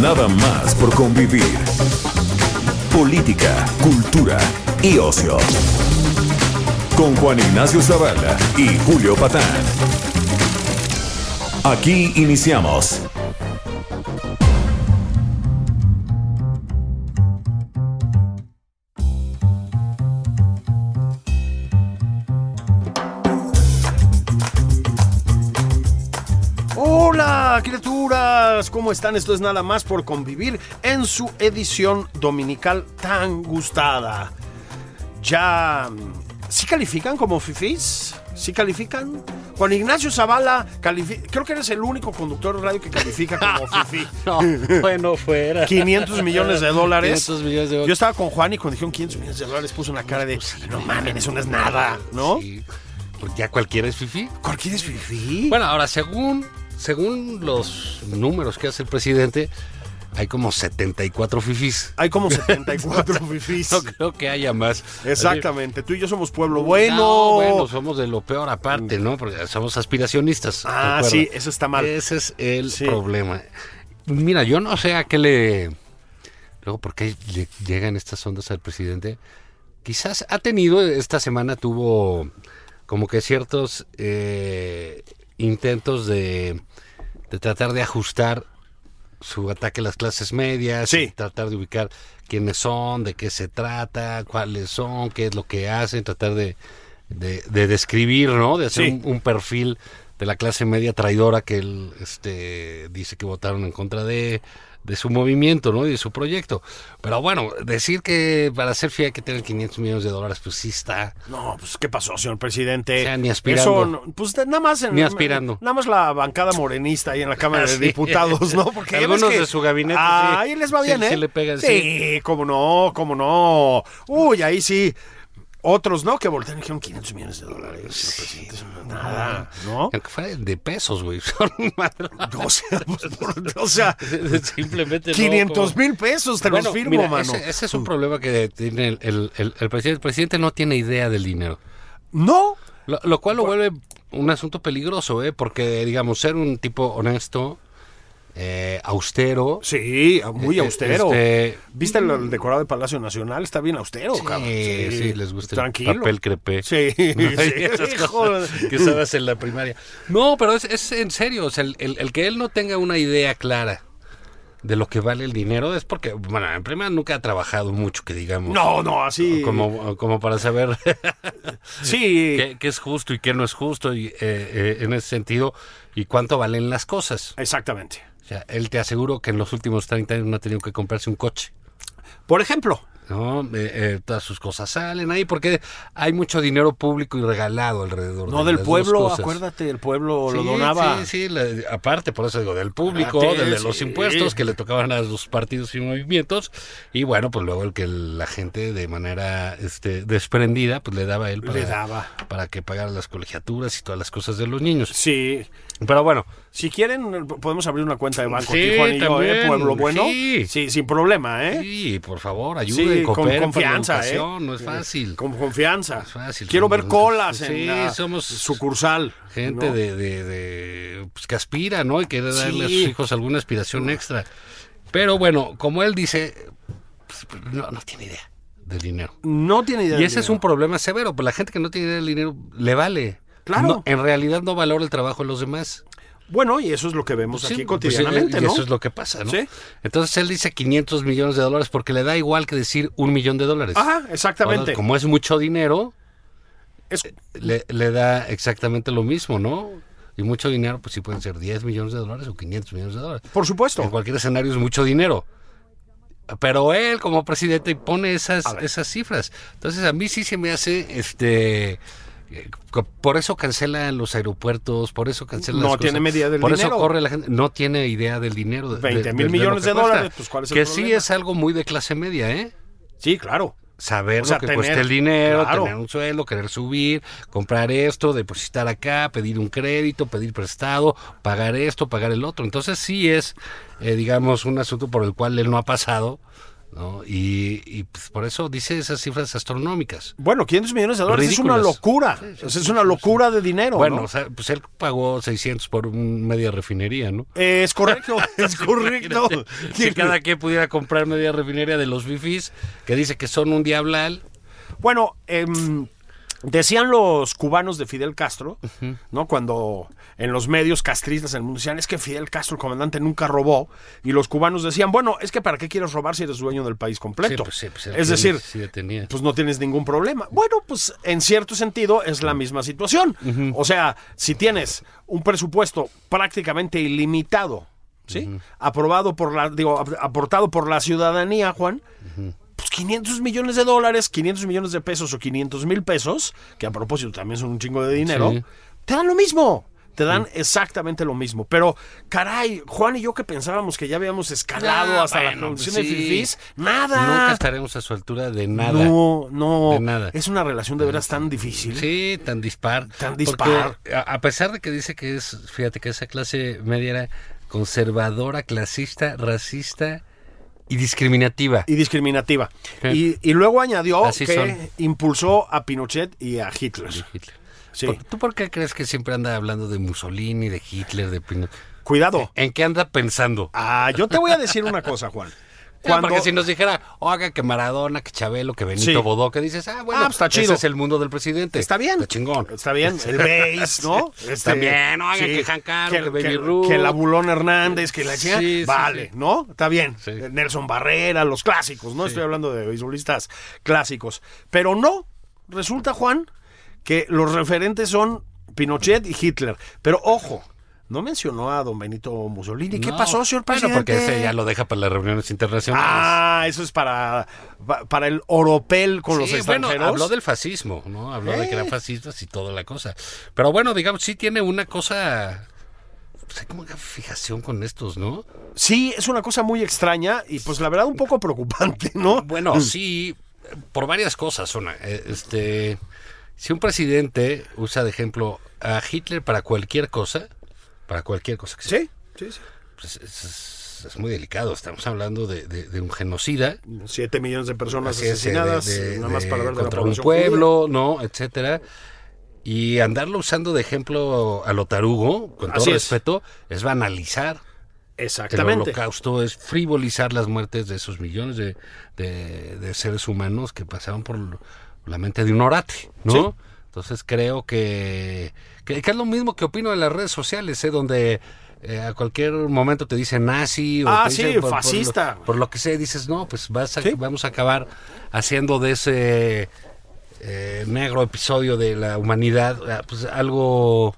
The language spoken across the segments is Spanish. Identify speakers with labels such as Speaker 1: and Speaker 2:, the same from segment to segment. Speaker 1: Nada más por convivir. Política, cultura y ocio. Con Juan Ignacio Zavala y Julio Patán. Aquí iniciamos.
Speaker 2: Hola, criaturas, ¿cómo están? Esto es nada más por convivir en su edición dominical tan gustada. Ya, ¿sí califican como fifís? ¿Sí califican? Juan Ignacio Zavala, califi- creo que eres el único conductor de radio que califica como fifí.
Speaker 3: No, bueno, fuera.
Speaker 2: 500 millones de dólares.
Speaker 3: 500 millones de
Speaker 2: Yo
Speaker 3: dólares. Pues
Speaker 2: estaba con Juan y cuando dijeron 500 millones de dólares puso una cara de, no mames, eso no es nada, ¿no?
Speaker 3: Sí, pues ya cualquiera es fifi.
Speaker 2: ¿Cualquier es fifí?
Speaker 3: Bueno, ahora, según, según los números que hace el presidente, hay como 74 fifis.
Speaker 2: Hay como 74 fifís.
Speaker 3: No creo que haya más.
Speaker 2: Exactamente, tú y yo somos pueblo
Speaker 3: Así-
Speaker 2: bueno.
Speaker 3: No, bueno, somos de lo peor aparte, ¿no? Porque somos aspiracionistas. ¿te
Speaker 2: Ah,
Speaker 3: acuerdas?
Speaker 2: sí, eso está mal.
Speaker 3: Ese es el
Speaker 2: Sí.
Speaker 3: problema. Mira, yo no sé a qué le. Luego, ¿por qué le llegan estas ondas al presidente? Quizás ha tenido, esta semana tuvo como que ciertos eh, intentos de, de tratar de ajustar su ataque a las clases medias,
Speaker 2: Sí.
Speaker 3: tratar de ubicar quiénes son, de qué se trata, cuáles son, qué es lo que hacen, tratar de, de, de describir, ¿no? De hacer
Speaker 2: Sí.
Speaker 3: un, un perfil de la clase media traidora que él este, dice que votaron en contra de, de su movimiento, ¿no? Y de su proyecto. Pero bueno, decir que para ser fiel hay que tener 500 millones de dólares, pues sí está.
Speaker 2: No, pues ¿qué pasó, señor presidente?
Speaker 3: O sea, ni aspirando.
Speaker 2: Eso, no- pues de- nada más en-
Speaker 3: Ni aspirando.
Speaker 2: Nada más la bancada morenista ahí en la Cámara de
Speaker 3: Así
Speaker 2: Diputados,
Speaker 3: es.
Speaker 2: ¿no? Porque ya ves
Speaker 3: Algunos
Speaker 2: que-
Speaker 3: de su gabinete,
Speaker 2: Ah,
Speaker 3: sí.
Speaker 2: ahí les va
Speaker 3: Sí,
Speaker 2: bien, ¿eh?
Speaker 3: sí le pegan,
Speaker 2: sí. cómo no, cómo no. Uy, ahí sí. Otros, ¿no? Que voltean y dijeron 500 millones de dólares, señor presidente. Eso no es nada, ¿no?
Speaker 3: Aunque fuera de pesos, güey. Son madre-
Speaker 2: O sea, pues, por- o sea,
Speaker 3: Simplemente no,
Speaker 2: 500
Speaker 3: como-
Speaker 2: mil pesos, te
Speaker 3: Bueno,
Speaker 2: los firmo,
Speaker 3: mira,
Speaker 2: mano. Mm.
Speaker 3: Ese, ese es un problema que tiene el, el- el- el presidente. El presidente no tiene idea del dinero.
Speaker 2: No,
Speaker 3: Lo, lo cual lo vuelve un asunto peligroso, ¿eh? Porque, digamos, ser un tipo honesto, eh, austero.
Speaker 2: sí, muy
Speaker 3: eh,
Speaker 2: austero.
Speaker 3: este,
Speaker 2: ¿Viste el, el decorado del Palacio Nacional? Está bien austero,
Speaker 3: Sí,
Speaker 2: cabrón.
Speaker 3: Oh, sí, les gusta
Speaker 2: Tranquilo.
Speaker 3: el papel crepé.
Speaker 2: Sí, sí.
Speaker 3: Y esas cosas
Speaker 2: Joder.
Speaker 3: que usabas en la primaria. No, pero es, es en serio. o sea, el, el- el que él no tenga una idea clara de lo que vale el dinero es porque, bueno, en primera nunca ha trabajado mucho, que digamos.
Speaker 2: No, no, así.
Speaker 3: Como, como para saber
Speaker 2: Sí,
Speaker 3: qué, qué es justo y qué no es justo y, eh, eh, en ese sentido y cuánto valen las cosas.
Speaker 2: exactamente.
Speaker 3: O sea, él te aseguro que en los últimos 30 años no ha tenido que comprarse un coche.
Speaker 2: Por ejemplo,
Speaker 3: ¿no? Eh, eh, todas sus cosas salen ahí porque hay mucho dinero público y regalado alrededor.
Speaker 2: no
Speaker 3: de
Speaker 2: del
Speaker 3: las dos
Speaker 2: pueblo,
Speaker 3: cosas.
Speaker 2: acuérdate, el pueblo lo
Speaker 3: Sí,
Speaker 2: donaba.
Speaker 3: Sí, sí, la- aparte, por eso digo, del público,
Speaker 2: Aparte,
Speaker 3: del de los
Speaker 2: sí.
Speaker 3: impuestos que le tocaban a los partidos y movimientos. Y bueno, pues luego el que la gente de manera este, desprendida, pues le daba a él para,
Speaker 2: Le daba.
Speaker 3: para que pagara las colegiaturas y todas las cosas de los niños.
Speaker 2: Sí.
Speaker 3: Pero bueno,
Speaker 2: Si quieren, podemos abrir una cuenta de banco
Speaker 3: Sí,
Speaker 2: aquí, Juan y yo, ¿eh?
Speaker 3: también,
Speaker 2: Pueblo Bueno.
Speaker 3: sí.
Speaker 2: sin problema, ¿eh?
Speaker 3: sí, por favor,
Speaker 2: Sí,
Speaker 3: ayuden,
Speaker 2: con
Speaker 3: cooperen para la
Speaker 2: confianza, ¿eh?
Speaker 3: educación, No es fácil.
Speaker 2: Con confianza.
Speaker 3: Es fácil,
Speaker 2: Quiero
Speaker 3: somos-
Speaker 2: ver colas
Speaker 3: sí,
Speaker 2: en la
Speaker 3: somos
Speaker 2: sucursal.
Speaker 3: Gente
Speaker 2: ¿no?
Speaker 3: de, de- de, pues, que aspira, ¿no? Y quiere darle
Speaker 2: Sí.
Speaker 3: a sus hijos alguna aspiración extra. Pero bueno, como él dice, pues, no, no tiene idea del dinero.
Speaker 2: No tiene idea.
Speaker 3: Y
Speaker 2: de
Speaker 3: ese es
Speaker 2: dinero.
Speaker 3: un problema severo, pues la gente que no tiene idea del dinero le vale.
Speaker 2: Claro.
Speaker 3: No, en realidad no valora el trabajo de los demás.
Speaker 2: Bueno, y eso es lo que vemos
Speaker 3: Sí,
Speaker 2: aquí
Speaker 3: pues,
Speaker 2: cotidianamente,
Speaker 3: eh, y
Speaker 2: ¿no?
Speaker 3: eso es lo que pasa, ¿no?
Speaker 2: Sí.
Speaker 3: Entonces él dice 500 millones de dólares porque le da igual que decir un millón de dólares.
Speaker 2: Ajá, exactamente.
Speaker 3: Ahora, como es mucho dinero,
Speaker 2: Es-
Speaker 3: le, le da exactamente lo mismo, ¿no? Y mucho dinero, pues sí pueden ser 10 millones de dólares o 500 millones de dólares.
Speaker 2: por supuesto.
Speaker 3: En cualquier escenario es mucho dinero. Pero él como presidente pone esas,
Speaker 2: A ver.
Speaker 3: esas cifras. Entonces a mí sí se me hace este eh, co- por eso cancela los aeropuertos, por eso cancela
Speaker 2: No
Speaker 3: las
Speaker 2: tiene
Speaker 3: cosas.
Speaker 2: medida del
Speaker 3: Por
Speaker 2: dinero.
Speaker 3: eso corre la gente, no tiene idea del dinero. de- de-
Speaker 2: 20 mil
Speaker 3: lo
Speaker 2: millones
Speaker 3: que
Speaker 2: de
Speaker 3: cuesta.
Speaker 2: dólares, pues, ¿cuál es el
Speaker 3: Que sí
Speaker 2: problema?
Speaker 3: es algo muy de clase media, ¿eh?
Speaker 2: Sí, claro.
Speaker 3: Saber
Speaker 2: O sea,
Speaker 3: lo que
Speaker 2: tener-
Speaker 3: cuesta el dinero,
Speaker 2: claro.
Speaker 3: tener un sueldo, querer subir, comprar esto, depositar acá, pedir un crédito, pedir prestado, pagar esto, pagar el otro. Entonces sí es, eh, digamos, un asunto por el cual él no ha pasado, ¿no? Y, y, pues, por eso dice esas cifras astronómicas.
Speaker 2: Bueno, 500 millones de dólares es una
Speaker 3: Ridículas.
Speaker 2: locura. O sea, es una locura de dinero.
Speaker 3: bueno,
Speaker 2: ¿no?
Speaker 3: o sea, pues él pagó 600 por un media refinería, ¿no? Este,
Speaker 2: Eh, es correcto, es correcto.
Speaker 3: Si cada quien pudiera comprar media refinería de los fifis, que dice que son un diablal.
Speaker 2: Bueno, em, decían los cubanos de Fidel Castro, ¿no? Cuando en los medios castristas en el mundo decían, es que Fidel Castro, el comandante, nunca robó. Y los cubanos decían, bueno, es que ¿para qué quieres robar si eres dueño del país completo?
Speaker 3: Sí, pues, sí, pues, el
Speaker 2: es
Speaker 3: que
Speaker 2: decir,
Speaker 3: sí la tenía.
Speaker 2: pues no tienes ningún problema. Bueno, pues en cierto sentido es la misma situación. O sea, si tienes un presupuesto prácticamente ilimitado, ¿sí? Aprobado por la, digo, ap- aportado por la ciudadanía, Juan, pues 500 millones de dólares, 500 millones de pesos o 500 mil pesos, que a propósito también son un chingo de dinero,
Speaker 3: Sí.
Speaker 2: te dan lo mismo. Te dan exactamente lo mismo. Pero, caray, Juan y yo que pensábamos que ya habíamos escalado
Speaker 3: Ah,
Speaker 2: hasta la
Speaker 3: bueno,
Speaker 2: producción de
Speaker 3: sí.
Speaker 2: fifís, nada.
Speaker 3: Nunca estaremos a su altura de nada.
Speaker 2: Ah. No, no.
Speaker 3: De nada.
Speaker 2: Es una relación de veras tan difícil.
Speaker 3: Sí, tan dispar.
Speaker 2: Tan dispar.
Speaker 3: Porque, a, a pesar de que dice que es, fíjate que esa clase media era conservadora, clasista, racista y discriminativa.
Speaker 2: Y discriminativa.
Speaker 3: Sí.
Speaker 2: Y, y luego añadió
Speaker 3: Así
Speaker 2: que
Speaker 3: son.
Speaker 2: impulsó a Pinochet y a Hitler.
Speaker 3: Hitler.
Speaker 2: Sí.
Speaker 3: ¿Por- ¿Tú por qué crees que siempre anda hablando de Mussolini, de Hitler, de Pino?
Speaker 2: Cuidado.
Speaker 3: ¿En qué anda pensando?
Speaker 2: Ah, yo te voy a decir una cosa, Juan. Cuando,
Speaker 3: Porque si nos dijera, oiga, que Maradona, que Chabelo, que Benito
Speaker 2: Sí.
Speaker 3: Bodó, que dices, ah, bueno,
Speaker 2: Ah, pues está
Speaker 3: ese
Speaker 2: chido.
Speaker 3: es el mundo del presidente.
Speaker 2: Está bien.
Speaker 3: Está chingón.
Speaker 2: Está bien. El base, ¿no? Este,
Speaker 3: También, oigan, que Giancarlo, que Baby Ruth.
Speaker 2: Que el Abulón Hernández, que la
Speaker 3: Sí,
Speaker 2: chingada.
Speaker 3: sí,
Speaker 2: Vale,
Speaker 3: sí.
Speaker 2: ¿no? Está bien.
Speaker 3: Sí.
Speaker 2: Nelson Barrera, los clásicos, ¿no? Estoy hablando de beisbolistas clásicos. Pero no, resulta, Juan, que los referentes son Pinochet y Hitler. Pero ojo. No mencionó a don Benito Mussolini. ¿Qué
Speaker 3: No.
Speaker 2: pasó, señor
Speaker 3: Bueno,
Speaker 2: presidente?
Speaker 3: porque ese ya lo deja para las reuniones internacionales.
Speaker 2: Ah, eso es para, pa- para el oropel con los
Speaker 3: Sí,
Speaker 2: extranjeros. Eh.
Speaker 3: Bueno, habló del fascismo, ¿no? Habló de que eran fascistas y toda la cosa. Pero bueno, digamos, sí tiene una cosa. Pues hay como una fijación con estos, ¿no?
Speaker 2: Sí, es una cosa muy extraña y pues la verdad un poco preocupante, ¿no?
Speaker 3: Bueno, sí, por varias cosas. Una, eh, este, si un presidente usa de ejemplo a Hitler para cualquier cosa, para cualquier cosa que sea,
Speaker 2: Sí, sí, sí.
Speaker 3: pues es, es- es muy delicado. Estamos hablando de, de- de un genocida.
Speaker 2: Siete millones de personas
Speaker 3: Así es, eh, de-
Speaker 2: asesinadas,
Speaker 3: de-
Speaker 2: nada
Speaker 3: de-
Speaker 2: más para hablar de la
Speaker 3: contra un
Speaker 2: población
Speaker 3: pueblo, ¿no? Etcétera. Y andarlo usando de ejemplo a lo tarugo, con todo
Speaker 2: Así es.
Speaker 3: respeto, es, banalizar.
Speaker 2: judía.
Speaker 3: El
Speaker 2: Exactamente.
Speaker 3: holocausto es frivolizar las muertes de esos millones de, de- de seres humanos que pasaron por lo- la mente de un orate, ¿no?
Speaker 2: Sí.
Speaker 3: Entonces creo que, que, que es lo mismo que opino en las redes sociales, ¿eh? donde eh, a cualquier momento te dicen nazi o
Speaker 2: Ah,
Speaker 3: te dicen
Speaker 2: sí, fascista.
Speaker 3: Por lo, por lo que sea, dices, no, pues vas a-
Speaker 2: Sí.
Speaker 3: vamos a acabar haciendo de ese eh, negro episodio de la humanidad eh, pues algo,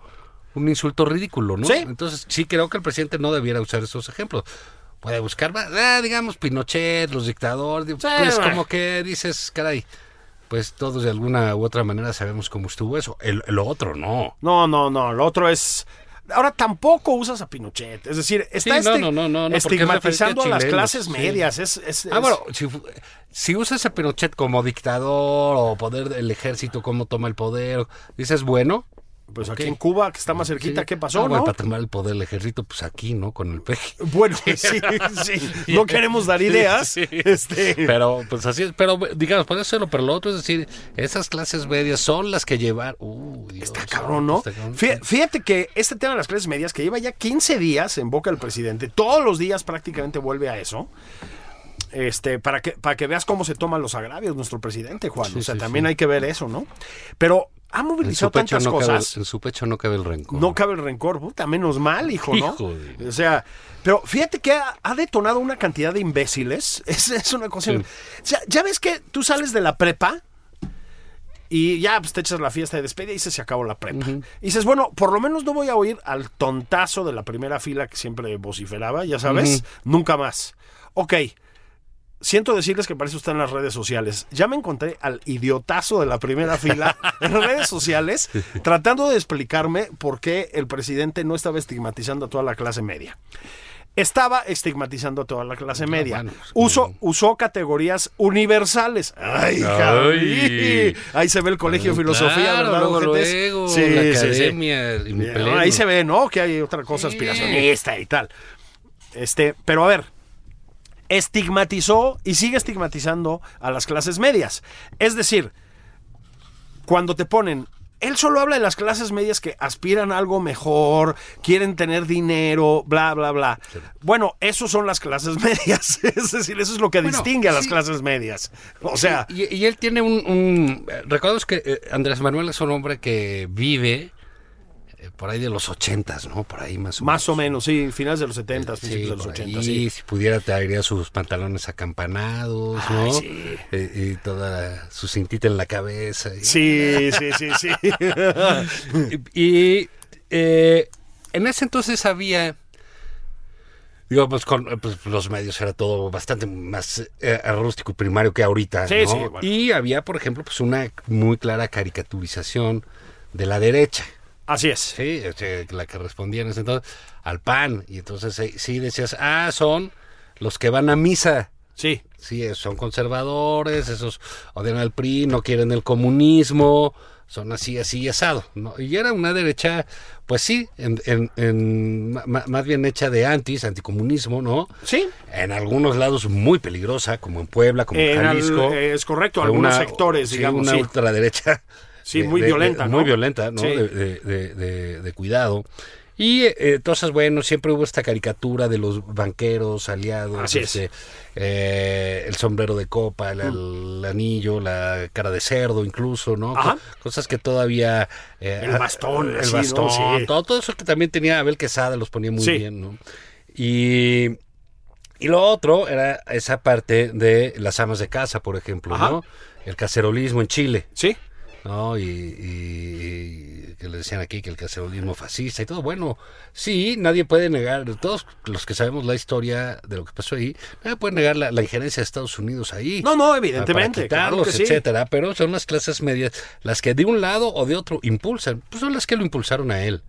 Speaker 3: un insulto ridículo, ¿no?
Speaker 2: Sí.
Speaker 3: Entonces sí creo que el presidente no debiera usar esos ejemplos. Puede buscar, más, ah, digamos, Pinochet, los dictadores, digo,
Speaker 2: Sí,
Speaker 3: pues
Speaker 2: bueno.
Speaker 3: como que dices, caray, pues todos de alguna u otra manera sabemos cómo estuvo eso. El, lo otro no.
Speaker 2: No, no, no, lo otro es... Ahora tampoco usas a Pinochet, es decir, está
Speaker 3: Sí, no,
Speaker 2: esti-
Speaker 3: no, no, no, no, porque es
Speaker 2: estigmatizando a
Speaker 3: referente a
Speaker 2: las
Speaker 3: chilenos,
Speaker 2: clases
Speaker 3: sí.
Speaker 2: medias. Es, es-
Speaker 3: Ah,
Speaker 2: es-
Speaker 3: bueno, si, fu- si usas a Pinochet como dictador o poder del ejército, cómo toma el poder, dices, bueno,
Speaker 2: pues aquí
Speaker 3: ok.
Speaker 2: en Cuba, que está más cerquita,
Speaker 3: Sí.
Speaker 2: ¿qué
Speaker 3: Ah,
Speaker 2: pasó?
Speaker 3: bueno,
Speaker 2: no?
Speaker 3: Para tomar el poder del ejército, pues aquí, ¿no? Con el peje.
Speaker 2: Bueno, sí, sí. No queremos dar ideas.
Speaker 3: Sí, sí.
Speaker 2: Este,
Speaker 3: Pero, pues así es. Pero, digamos, puede hacerlo. Pero lo otro es decir, esas clases medias son las que llevar. Uh, Dios,
Speaker 2: Está cabrón, ¿no?
Speaker 3: está cabrón.
Speaker 2: Fí- Fíjate que este tema de las clases medias, que lleva ya 15 días en boca del presidente, todos los días prácticamente vuelve a eso. Este, para que, para que veas cómo se toman los agravios nuestro presidente, Juan.
Speaker 3: Sí,
Speaker 2: o sea,
Speaker 3: sí,
Speaker 2: también
Speaker 3: sí.
Speaker 2: hay que ver eso, ¿no? Pero ha
Speaker 3: En
Speaker 2: movilizado
Speaker 3: su, pecho
Speaker 2: tantas
Speaker 3: no cabe,
Speaker 2: cosas.
Speaker 3: el- en su pecho no cabe el rencor.
Speaker 2: No cabe el rencor, puta, menos mal, hijo, ¿no?
Speaker 3: Hijo de-
Speaker 2: O sea, pero fíjate que ha, ha detonado una cantidad de imbéciles. Es, es una cosa.
Speaker 3: Sí.
Speaker 2: O sea, ya ves que tú sales de la prepa y ya pues, te echas la fiesta de despedida y dices, se acabó la prepa. Y dices, bueno, por lo menos no voy a oír al tontazo de la primera fila que siempre vociferaba, ya sabes, nunca más. Ok. Siento decirles que para eso están las redes sociales. Ya me encontré al idiotazo de la primera fila en redes sociales tratando de explicarme por qué el presidente no estaba estigmatizando a toda la clase media. Estaba estigmatizando a toda la clase media.
Speaker 3: bueno, pues,
Speaker 2: Uso, usó categorías universales. ¡Ay, Javi!
Speaker 3: Ay.
Speaker 2: Ahí se ve el Colegio de Filosofía,
Speaker 3: Claro,
Speaker 2: ¿verdad,
Speaker 3: Luego,
Speaker 2: ojetes?
Speaker 3: luego,
Speaker 2: Sí,
Speaker 3: la
Speaker 2: sí, sí.
Speaker 3: academia. en
Speaker 2: Bien,
Speaker 3: pleno.
Speaker 2: Ahí se ve, ¿no? Que hay otra cosa
Speaker 3: Sí.
Speaker 2: aspiracionista y tal. Este, pero a ver, estigmatizó y sigue estigmatizando a las clases medias. Es decir, cuando te ponen, él solo habla de las clases medias que aspiran a algo mejor, quieren tener dinero, bla, bla, bla. Bueno, eso son las clases medias. Es decir, eso es lo que
Speaker 3: Bueno,
Speaker 2: distingue a las
Speaker 3: sí.
Speaker 2: clases medias. O sea,
Speaker 3: Y, y él tiene un... un- Recordemos que eh, Andrés Manuel es un hombre que vive eh, por ahí de los ochentas, ¿no? Por ahí más o
Speaker 2: más
Speaker 3: menos.
Speaker 2: o menos, sí, finales de los 70, principios
Speaker 3: Sí,
Speaker 2: de los
Speaker 3: por
Speaker 2: 80,
Speaker 3: ahí,
Speaker 2: sí.
Speaker 3: Si pudiera, te haría sus pantalones acampanados, ¿no? Eh, y toda su cintita en la cabeza. y-
Speaker 2: Sí, sí, sí, sí.
Speaker 3: y eh, en ese entonces había, digo, pues con eh, pues, los medios era todo bastante más eh, rústico y primario que ahorita.
Speaker 2: Sí,
Speaker 3: ¿no?
Speaker 2: sí, bueno.
Speaker 3: Y había, por ejemplo, pues una muy clara caricaturización de la derecha.
Speaker 2: Así es.
Speaker 3: Sí, o sea, la que respondía en ese entonces al PAN. Y entonces eh, sí decías, ah, son los que van a misa.
Speaker 2: Sí.
Speaker 3: Sí, eh, son conservadores, esos odian al PRI, no quieren el comunismo, son así, así y asado. ¿no? Y era una derecha, pues sí, en, en- en- ma- ma- más bien hecha de antis, anticomunismo, ¿no?
Speaker 2: Sí.
Speaker 3: En algunos lados muy peligrosa, como en Puebla, como en
Speaker 2: En al-
Speaker 3: Jalisco.
Speaker 2: eh, es correcto,
Speaker 3: Fue
Speaker 2: algunos
Speaker 3: una-
Speaker 2: sectores,
Speaker 3: sí,
Speaker 2: digamos,
Speaker 3: Una
Speaker 2: sí.
Speaker 3: ultraderecha.
Speaker 2: Sí, muy violenta, ¿no?
Speaker 3: Muy violenta, ¿no?
Speaker 2: Sí.
Speaker 3: De, de- de- de- de cuidado. Y eh, entonces, bueno, siempre hubo esta caricatura de los banqueros aliados. este,
Speaker 2: Así es.
Speaker 3: eh, el sombrero de copa, el, el anillo, la cara de cerdo, incluso, ¿no?
Speaker 2: Mm. Ajá.
Speaker 3: Co- Cosas que todavía. eh,
Speaker 2: El bastón,
Speaker 3: El
Speaker 2: así, ¿no?
Speaker 3: bastón.
Speaker 2: Sí.
Speaker 3: Todo, todo eso que también tenía Abel Quesada, los ponía muy
Speaker 2: Sí.
Speaker 3: bien, ¿no? Y. Y lo otro era esa parte de las amas de casa, por ejemplo,
Speaker 2: Ajá.
Speaker 3: ¿no? El cacerolismo en Chile,
Speaker 2: Sí.
Speaker 3: ¿no? Y, y- y que le decían aquí que el cacerolismo fascista y todo. Bueno, sí, nadie puede negar, todos los que sabemos la historia de lo que pasó ahí, nadie puede negar la, la injerencia de Estados Unidos ahí. Ah,
Speaker 2: No, no,
Speaker 3: Para
Speaker 2: evidentemente. claro
Speaker 3: quitarlos,
Speaker 2: que sí.
Speaker 3: etcétera. Pero son las clases medias las que de un lado o de otro impulsan. Pues son las que lo impulsaron a él.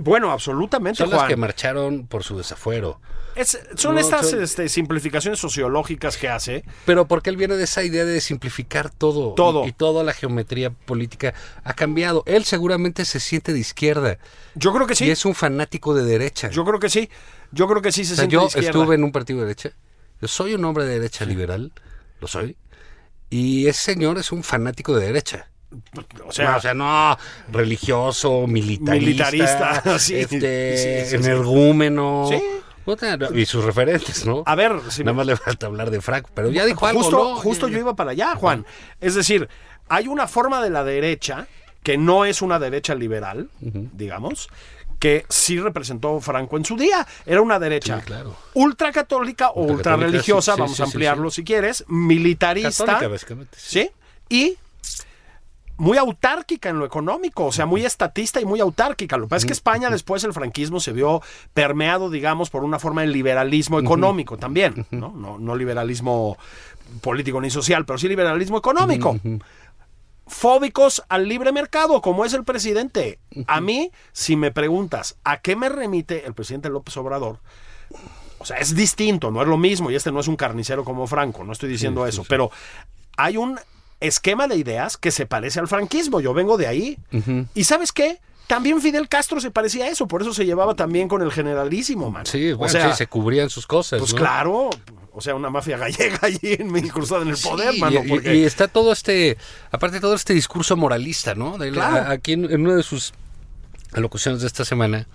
Speaker 2: Bueno, absolutamente,
Speaker 3: Son las
Speaker 2: Juan.
Speaker 3: que marcharon por su desafuero.
Speaker 2: Es- son
Speaker 3: No,
Speaker 2: estas
Speaker 3: son-
Speaker 2: este, simplificaciones sociológicas que hace.
Speaker 3: Pero porque él viene de esa idea de simplificar todo.
Speaker 2: Todo.
Speaker 3: Y, y toda la geometría política ha cambiado. Él seguramente se siente de izquierda.
Speaker 2: Yo creo que sí.
Speaker 3: Y es un fanático de derecha.
Speaker 2: Yo creo que sí. Yo creo que sí se
Speaker 3: O sea,
Speaker 2: siente
Speaker 3: yo
Speaker 2: de izquierda.
Speaker 3: estuve en un partido de derecha. Yo soy un hombre de derecha liberal. Lo soy. Y ese señor es un fanático de derecha.
Speaker 2: O
Speaker 3: no,
Speaker 2: sea,
Speaker 3: o sea, no, religioso, militarista,
Speaker 2: Militarista, sí.
Speaker 3: este,
Speaker 2: Sí, sí, sí.
Speaker 3: energúmeno.
Speaker 2: Sí.
Speaker 3: Puta, no, Y sus referentes, ¿no?
Speaker 2: a ver, si
Speaker 3: Nada más le falta hablar de Franco, pero ya dijo algo,
Speaker 2: justo,
Speaker 3: ¿no?
Speaker 2: justo
Speaker 3: Ya-
Speaker 2: yo iba para allá, Juan. Es decir, hay una forma de la derecha que no es una derecha liberal, digamos, que sí representó Franco en su día. Era una derecha
Speaker 3: Sí, claro.
Speaker 2: ultracatólica o
Speaker 3: Ultracatólica,
Speaker 2: ultrarreligiosa,
Speaker 3: sí, sí,
Speaker 2: vamos
Speaker 3: sí,
Speaker 2: a
Speaker 3: sí,
Speaker 2: ampliarlo si quieres, militarista.
Speaker 3: Católica, básicamente, sí.
Speaker 2: ¿sí? Y muy autárquica en lo económico, o sea, muy estatista y muy autárquica. Lo que pasa es que España después del franquismo se vio permeado, digamos, por una forma de liberalismo económico también, ¿no? No, no liberalismo político ni social, pero sí liberalismo económico. Fóbicos al libre mercado, como es el presidente. A mí, si me preguntas a qué me remite el presidente López Obrador, o sea, es distinto, no es lo mismo, y este no es un carnicero como Franco, no estoy diciendo eso, pero hay un esquema de ideas que se parece al franquismo, yo vengo de ahí. ¿Y sabes qué? También Fidel Castro se parecía a eso, por eso se llevaba también con el generalísimo, man.
Speaker 3: Sí, bueno,
Speaker 2: o sea,
Speaker 3: sí, se cubrían sus cosas.
Speaker 2: pues
Speaker 3: ¿no?
Speaker 2: claro, o sea, una mafia gallega allí en- incrustada en el poder,
Speaker 3: Pues Sí, y-
Speaker 2: mano.
Speaker 3: y,
Speaker 2: porque-
Speaker 3: y está todo este, aparte todo este discurso moralista, ¿no? De la-
Speaker 2: Claro.
Speaker 3: Aquí en, en una de sus alocuciones de esta semana,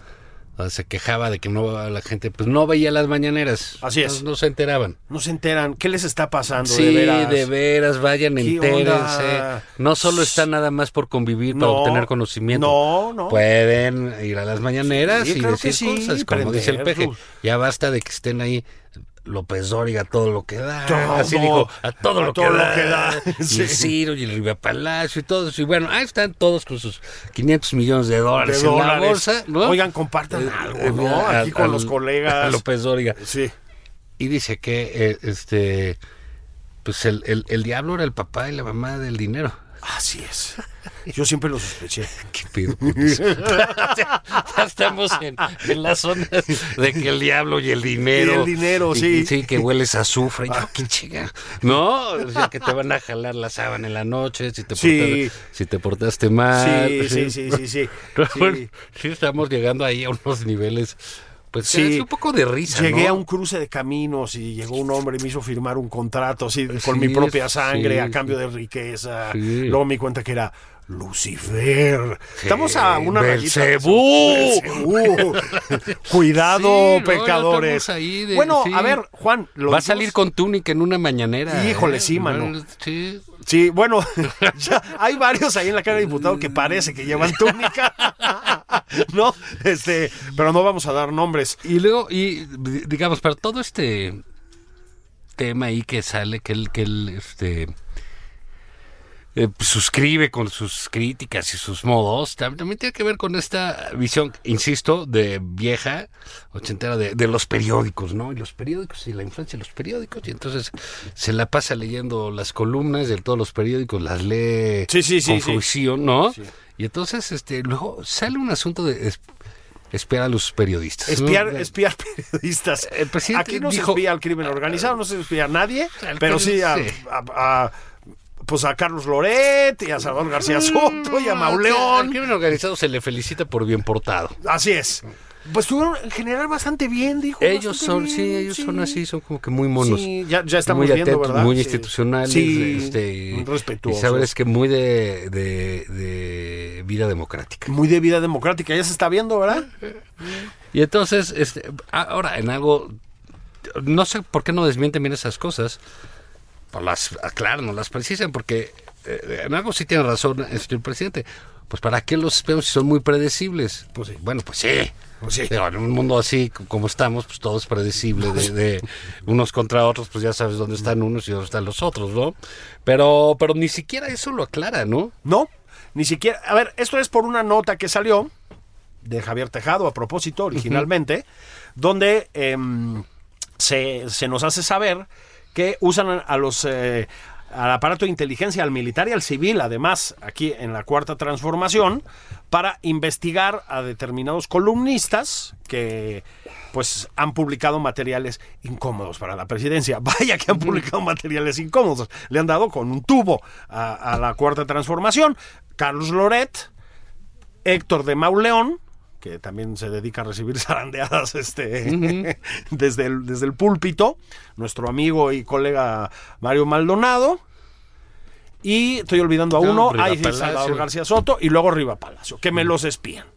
Speaker 3: donde se quejaba de que no la gente, pues no veía las mañaneras.
Speaker 2: Así es.
Speaker 3: Entonces, No se enteraban.
Speaker 2: no se enteran, ¿qué les está pasando?
Speaker 3: Sí,
Speaker 2: de veras?
Speaker 3: vayan,
Speaker 2: ¿Qué
Speaker 3: entérense.
Speaker 2: onda?
Speaker 3: No solo está nada más por convivir, para
Speaker 2: No,
Speaker 3: obtener conocimiento.
Speaker 2: no, no.
Speaker 3: Pueden ir a las mañaneras
Speaker 2: Sí,
Speaker 3: y
Speaker 2: claro que
Speaker 3: decir
Speaker 2: sí,
Speaker 3: cosas, como dice el
Speaker 2: aprender
Speaker 3: peje.
Speaker 2: sus-
Speaker 3: Ya basta de que estén ahí López Dóriga, todo lo que da.
Speaker 2: Todo.
Speaker 3: Así dijo, a todo,
Speaker 2: A
Speaker 3: lo,
Speaker 2: todo
Speaker 3: que
Speaker 2: lo
Speaker 3: da.
Speaker 2: que da.
Speaker 3: Y
Speaker 2: Sí.
Speaker 3: el Ciro y el Riva Palacio y todos. Y bueno, ahí están todos con sus 500 millones de dólares,
Speaker 2: De
Speaker 3: en la
Speaker 2: dólares.
Speaker 3: bolsa. ¿no? Eh,
Speaker 2: Oigan, compartan algo, ¿no?
Speaker 3: a-
Speaker 2: Aquí con los colegas.
Speaker 3: a López Dóriga
Speaker 2: Sí.
Speaker 3: y dice que eh, este pues el, el, el diablo era el papá y la mamá del dinero.
Speaker 2: Así es. Yo siempre lo sospeché.
Speaker 3: ¿Qué pedo con eso? Ya Estamos en, en la zona de que el diablo y el dinero.
Speaker 2: Y el dinero, sí.
Speaker 3: Sí, que hueles a azufre. Yo, qué chica. No, o sea, que te van a jalar la sábana en la noche si te,
Speaker 2: Sí.
Speaker 3: portaste, si te portaste mal.
Speaker 2: Sí, sí, sí, sí, sí.
Speaker 3: Pero,
Speaker 2: Sí.
Speaker 3: bueno, sí estamos llegando ahí a unos niveles, pues
Speaker 2: Sí.
Speaker 3: es un poco de risa,
Speaker 2: Llegué
Speaker 3: ¿no?
Speaker 2: a un cruce de caminos y llegó un hombre y me hizo firmar un contrato así con
Speaker 3: Eh, Sí,
Speaker 2: mi propia
Speaker 3: sí,
Speaker 2: sangre a
Speaker 3: sí.
Speaker 2: cambio de riqueza.
Speaker 3: Sí.
Speaker 2: Luego me di cuenta que era Lucifer. Estamos a una rayita. de eso.
Speaker 3: Belcebú.
Speaker 2: Belcebú. Cuidado,
Speaker 3: Sí, no, ya
Speaker 2: pecadores.
Speaker 3: estamos ahí de-
Speaker 2: bueno,
Speaker 3: sí.
Speaker 2: a ver, Juan, los
Speaker 3: Va a
Speaker 2: dos-
Speaker 3: salir con túnica en una mañanera.
Speaker 2: Híjole, sí, mano.
Speaker 3: mano. Sí.
Speaker 2: Sí, bueno, ya hay varios ahí en la cara de diputado que parece que llevan túnica. no, este, pero no vamos a dar nombres.
Speaker 3: Y luego, y di- digamos, para todo este tema ahí que sale, que él, que él este, eh, suscribe con sus críticas y sus modos, tam- también tiene que ver con esta visión, insisto, de vieja ochentera de, de los periódicos, ¿no? Y los periódicos y la influencia de los periódicos. Y entonces se la pasa leyendo las columnas de todos los periódicos, las lee
Speaker 2: Sí, sí, sí,
Speaker 3: con
Speaker 2: sí.
Speaker 3: fruición, ¿no? Y entonces, este, luego sale un asunto de... es- espiar a los periodistas. ¿no?
Speaker 2: Espiar, espiar periodistas.
Speaker 3: El presidente
Speaker 2: Aquí no se
Speaker 3: dijo-
Speaker 2: espía al crimen organizado, no se espía a nadie,
Speaker 3: Al
Speaker 2: pero sí a,
Speaker 3: crimen, sí.
Speaker 2: a- a- pues a Carlos Loret y a Salvador García Soto y a
Speaker 3: Al
Speaker 2: Mauleón.
Speaker 3: crimen organizado se le felicita por bien portado.
Speaker 2: Así es. Pues estuvieron en general bastante bien, dijo.
Speaker 3: Ellos
Speaker 2: bastante
Speaker 3: son,
Speaker 2: bien,
Speaker 3: sí, ellos son así, son como que muy monos.
Speaker 2: Sí, ya, ya estamos
Speaker 3: muy
Speaker 2: viendo,
Speaker 3: atentos,
Speaker 2: ¿verdad?
Speaker 3: muy
Speaker 2: Sí.
Speaker 3: institucionales.
Speaker 2: Sí,
Speaker 3: este,
Speaker 2: respetuosos.
Speaker 3: Y sabes que muy de, de- de vida democrática.
Speaker 2: Muy de vida democrática, ya se está viendo, ¿verdad?
Speaker 3: Y entonces, este, ahora, en algo, no sé por qué no desmienten bien esas cosas. O las aclaran, o las precisan, porque eh, en algo sí tiene razón el señor presidente. Pues para qué los esperamos si son muy predecibles.
Speaker 2: Pues sí.
Speaker 3: Bueno, pues sí.
Speaker 2: Pues sí.
Speaker 3: Digo, en un mundo así co- como estamos, pues todo es predecible de, de unos contra otros, pues ya sabes dónde están unos y dónde están los otros, ¿no? Pero, pero ni siquiera eso lo aclara, ¿no?
Speaker 2: No, ni siquiera. A ver, esto es por una nota que salió de Javier Tejado a propósito originalmente, donde em, se, se nos hace saber que usan a los... eh, al aparato de inteligencia, al militar y al civil, además, aquí en la cuarta transformación, para investigar a determinados columnistas que pues han publicado materiales incómodos para la presidencia. Vaya que han publicado materiales incómodos. Le han dado con un tubo a, a la cuarta transformación. Carlos Loret, Héctor de Mauleón, que también se dedica a recibir zarandeadas este, desde, el, desde el púlpito, nuestro amigo y colega Mario Maldonado. Y estoy olvidando a
Speaker 3: No,
Speaker 2: uno,
Speaker 3: Riva
Speaker 2: ay, sí,
Speaker 3: Palacio.
Speaker 2: Salvador García Soto y luego Riva Palacio, que me los espían.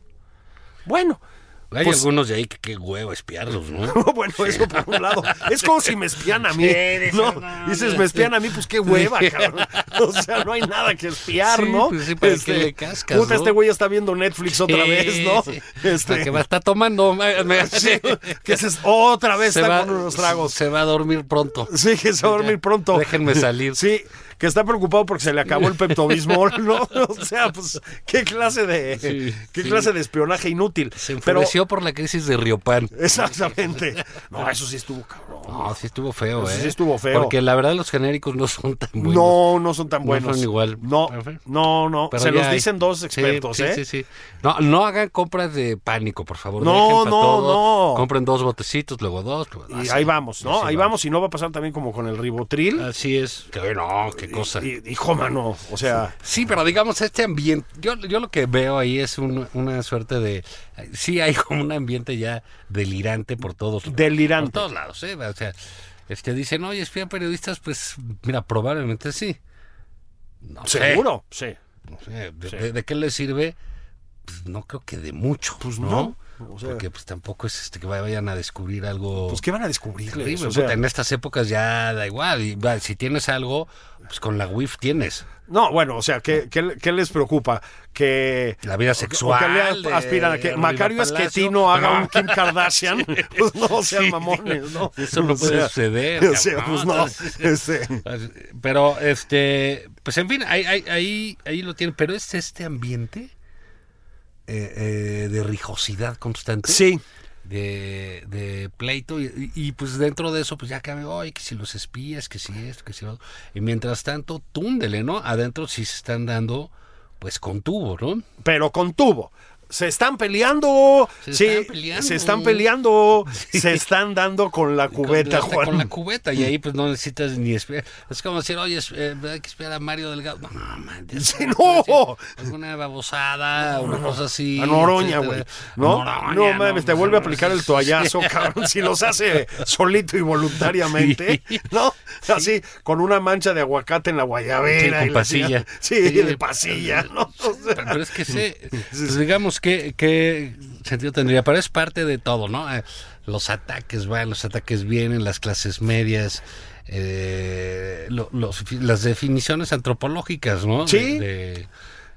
Speaker 2: Bueno,
Speaker 3: Hay
Speaker 2: Pues-
Speaker 3: algunos de ahí que qué huevo espiarlos, ¿no?
Speaker 2: bueno, eso por un lado. Es como si me espían a mí.
Speaker 3: Sí, dices,
Speaker 2: ¿no?
Speaker 3: no,
Speaker 2: Dices,
Speaker 3: no.
Speaker 2: me espían a mí, pues qué hueva, cabrón. O sea, no hay nada que espiar,
Speaker 3: Sí,
Speaker 2: ¿no?
Speaker 3: pues sí, ¿para qué le cascas,
Speaker 2: Puta,
Speaker 3: no?
Speaker 2: este güey está viendo Netflix otra
Speaker 3: Sí,
Speaker 2: vez, ¿no?
Speaker 3: sí. La
Speaker 2: Este,
Speaker 3: que va a estar tomando. ma- me-
Speaker 2: sí, que ese es otra vez
Speaker 3: se
Speaker 2: está
Speaker 3: va-
Speaker 2: con unos tragos.
Speaker 3: Se va a dormir pronto.
Speaker 2: Sí, que se va a dormir pronto.
Speaker 3: Déjenme salir.
Speaker 2: Sí, que está preocupado porque se le acabó el peptobismol, ¿no? O sea, pues, qué clase de,
Speaker 3: Sí,
Speaker 2: qué
Speaker 3: sí.
Speaker 2: clase de espionaje inútil.
Speaker 3: Se
Speaker 2: Pero,
Speaker 3: enfureció por la crisis de Riopan.
Speaker 2: exactamente. No, eso sí estuvo cabrón.
Speaker 3: No, sí estuvo feo,
Speaker 2: Eso
Speaker 3: ¿eh?
Speaker 2: sí estuvo feo.
Speaker 3: Porque la verdad los genéricos no son tan buenos.
Speaker 2: No, no son tan
Speaker 3: No
Speaker 2: buenos.
Speaker 3: son igual.
Speaker 2: No, no, no.
Speaker 3: Pero
Speaker 2: se
Speaker 3: ya
Speaker 2: los
Speaker 3: hay.
Speaker 2: dicen dos
Speaker 3: Sí,
Speaker 2: expertos,
Speaker 3: sí,
Speaker 2: ¿eh?
Speaker 3: Sí, sí. No, no hagan compras de pánico, por favor.
Speaker 2: No,
Speaker 3: Dejen pa'
Speaker 2: no,
Speaker 3: todo.
Speaker 2: no.
Speaker 3: Compren dos botecitos, luego dos. luego-
Speaker 2: Y
Speaker 3: así.
Speaker 2: ahí vamos, ¿no?
Speaker 3: Así
Speaker 2: ahí vamos. y no va a pasar también como con el ribotril.
Speaker 3: Así es. Que no, qué Ah, cosa.
Speaker 2: Y- hijo, mano, o sea,
Speaker 3: Sí, pero digamos, este ambiente, yo, yo lo que veo ahí es un- una suerte de, sí hay como un ambiente ya delirante por todos lados.
Speaker 2: Delirante.
Speaker 3: Por todos lados, ¿eh? O sea, este dicen, oye, espía periodistas, pues mira, probablemente sí. No sé,
Speaker 2: seguro, sí.
Speaker 3: no sé, de, de- ¿de qué les sirve? Pues no creo que de mucho, pues
Speaker 2: no,
Speaker 3: ¿no?
Speaker 2: o sea.
Speaker 3: Porque pues tampoco es este que vayan a descubrir algo...
Speaker 2: Pues, ¿qué van a descubrirles?
Speaker 3: terrible,
Speaker 2: O sea,
Speaker 3: puta, en estas épocas ya da igual, y, va, si tienes algo, pues con la WIF tienes.
Speaker 2: no, bueno, o sea, ¿qué, qué, qué les preocupa? Que...
Speaker 3: La vida sexual.
Speaker 2: o que le
Speaker 3: de
Speaker 2: aspiran a que
Speaker 3: Riva
Speaker 2: Macario
Speaker 3: Palacio.
Speaker 2: Esquetino haga
Speaker 3: No,
Speaker 2: un Kim Kardashian. Pues no sean
Speaker 3: sí,
Speaker 2: mamones, ¿no?
Speaker 3: Eso no
Speaker 2: O
Speaker 3: puede
Speaker 2: sea,
Speaker 3: suceder.
Speaker 2: O sea, pues
Speaker 3: cabrón.
Speaker 2: no. Este,
Speaker 3: Pero, este, pues en fin, ahí, ahí, ahí, ahí lo tienen. Pero es este ambiente eh, eh, de rijosidad constante.
Speaker 2: sí,
Speaker 3: de, de pleito y, y, pues dentro de eso pues ya cabe, oye, que si los espías, que si esto, que si lo otro. Y mientras tanto, túndele, ¿no? Adentro sí se están dando pues con tubo, ¿no?
Speaker 2: Pero con tubo. Se están peleando.
Speaker 3: Se
Speaker 2: sí,
Speaker 3: están peleando.
Speaker 2: Se están peleando. Se están dando con la cubeta,
Speaker 3: con, la-
Speaker 2: Juan.
Speaker 3: con la cubeta y ahí pues no necesitas ni esperar. Es como decir, oye, es- eh, hay que esperar a Mario Delgado. No, no, man,
Speaker 2: Sí,
Speaker 3: es-
Speaker 2: no.
Speaker 3: Alguna babosada, una cosa así.
Speaker 2: A Noroña,
Speaker 3: etcétera.
Speaker 2: güey. ¿No?
Speaker 3: Noroña,
Speaker 2: no mames, te
Speaker 3: pues,
Speaker 2: vuelve a
Speaker 3: no,
Speaker 2: aplicar
Speaker 3: sí,
Speaker 2: el toallazo,
Speaker 3: sí.
Speaker 2: cabrón. Si los hace solito y voluntariamente,
Speaker 3: Sí.
Speaker 2: ¿no? Así, con una mancha de aguacate en la guayabera.
Speaker 3: Sí, con
Speaker 2: y la chingada.
Speaker 3: pasilla.
Speaker 2: Sí,
Speaker 3: Sí.
Speaker 2: de pasilla, ¿no? O sea,
Speaker 3: Pero, pero es que sé, pues, digamos, ¿qué, ¿qué sentido tendría? Pero es parte de todo, ¿no? Eh, Los ataques van, los ataques vienen, las clases medias, eh, lo- los fi- las definiciones antropológicas, ¿no?
Speaker 2: Sí.
Speaker 3: De- de-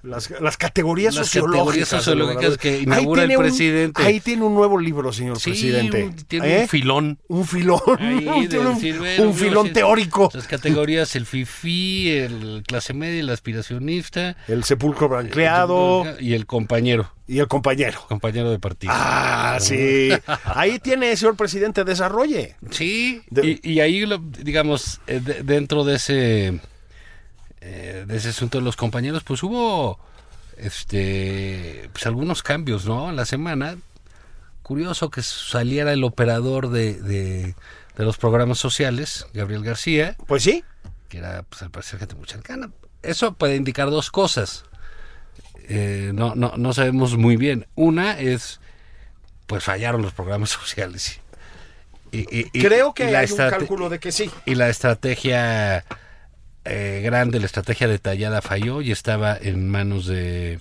Speaker 2: Las, las categorías
Speaker 3: Las
Speaker 2: sociológicas.
Speaker 3: categorías sociológicas
Speaker 2: ¿verdad?
Speaker 3: que
Speaker 2: Ahí
Speaker 3: inaugura el
Speaker 2: tiene un-
Speaker 3: presidente.
Speaker 2: ahí tiene un nuevo libro, señor
Speaker 3: sí,
Speaker 2: presidente.
Speaker 3: un- tiene
Speaker 2: ¿Eh?
Speaker 3: un filón.
Speaker 2: Un filón.
Speaker 3: Ahí de
Speaker 2: tiene un,
Speaker 3: decir, bueno,
Speaker 2: un
Speaker 3: digo,
Speaker 2: filón
Speaker 3: sí,
Speaker 2: teórico.
Speaker 3: Las categorías, el fifí, el clase media, el aspiracionista.
Speaker 2: El sepulcro blanqueado
Speaker 3: Y el compañero,
Speaker 2: y el compañero.
Speaker 3: compañero de partido.
Speaker 2: Ah, sí. Ahí tiene, señor presidente, desarrolle.
Speaker 3: Sí,
Speaker 2: De-
Speaker 3: y, y ahí, lo- digamos, eh, de- dentro de ese, eh, de ese asunto de los compañeros, pues hubo este, pues algunos cambios, ¿no? En la semana. Curioso que saliera el operador de, de- de los programas sociales, Gabriel García,
Speaker 2: Pues sí.
Speaker 3: que era, pues, al parecer, gente muy cercana. Eso puede indicar dos cosas. Eh, no, no, no sabemos muy bien. Una es, pues fallaron los programas sociales. Y, y- y-
Speaker 2: Creo
Speaker 3: y
Speaker 2: que
Speaker 3: la
Speaker 2: hay un
Speaker 3: estrate-
Speaker 2: cálculo de que sí.
Speaker 3: y la estrategia eh, grande, la estrategia detallada falló y estaba en manos de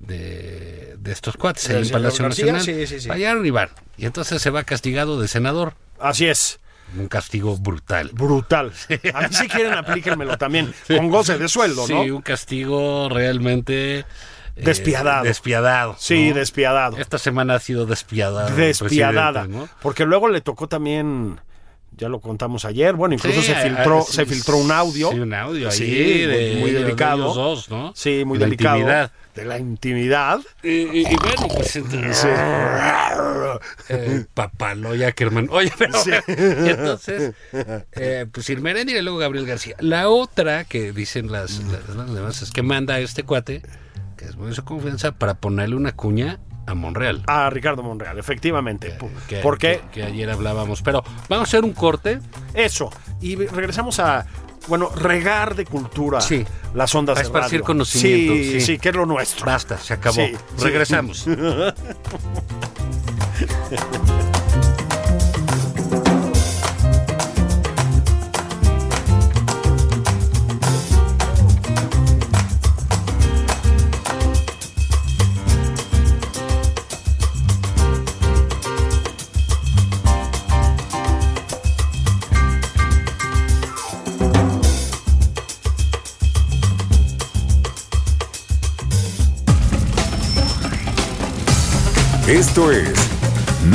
Speaker 3: de, de estos cuates ahí
Speaker 2: Del
Speaker 3: en
Speaker 2: señor
Speaker 3: Palacio
Speaker 2: García,
Speaker 3: Nacional.
Speaker 2: sí, sí, sí.
Speaker 3: Fallaron y van. Y entonces se va castigado de senador.
Speaker 2: Así es.
Speaker 3: Un castigo brutal.
Speaker 2: Brutal. A mí si quieren, aplíquenmelo también. Con goce de sueldo,
Speaker 3: Sí,
Speaker 2: ¿no?
Speaker 3: un castigo realmente... eh,
Speaker 2: Despiadado.
Speaker 3: despiadado.
Speaker 2: Sí,
Speaker 3: ¿no?
Speaker 2: despiadado.
Speaker 3: Esta semana ha sido despiadada.
Speaker 2: Despiadada. Porque luego le tocó también. Ya lo contamos ayer. Bueno, incluso se filtró, se filtró un audio.
Speaker 3: eh, Sí, un audio
Speaker 2: Sí,
Speaker 3: ahí
Speaker 2: muy-
Speaker 3: de-
Speaker 2: muy
Speaker 3: de
Speaker 2: delicado.
Speaker 3: ellos dos, ¿no?
Speaker 2: Sí, muy
Speaker 3: De la
Speaker 2: delicado.
Speaker 3: intimidad.
Speaker 2: De la intimidad.
Speaker 3: Y, y- y bueno, pues entonces. Eh, papaloya, que hermano. Oye, pero.
Speaker 2: Sí.
Speaker 3: y entonces, eh, pues Irmerendi y luego Gabriel García. La otra que dicen las, las, las demás es que manda a este cuate, que es muy de su confianza, para ponerle una cuña a Monreal.
Speaker 2: A Ricardo Monreal, efectivamente.
Speaker 3: Que-
Speaker 2: Porque
Speaker 3: Que, que ayer hablábamos. Pero vamos a hacer un corte.
Speaker 2: eso. Y regresamos a. Bueno, regar de cultura
Speaker 3: Sí.
Speaker 2: las ondas
Speaker 3: A
Speaker 2: de
Speaker 3: esparcir
Speaker 2: radio.
Speaker 3: conocimiento,
Speaker 2: Sí, sí,
Speaker 3: sí.
Speaker 2: que es lo nuestro.
Speaker 3: Basta, se acabó.
Speaker 2: Sí, sí.
Speaker 3: Regresamos.
Speaker 1: Esto es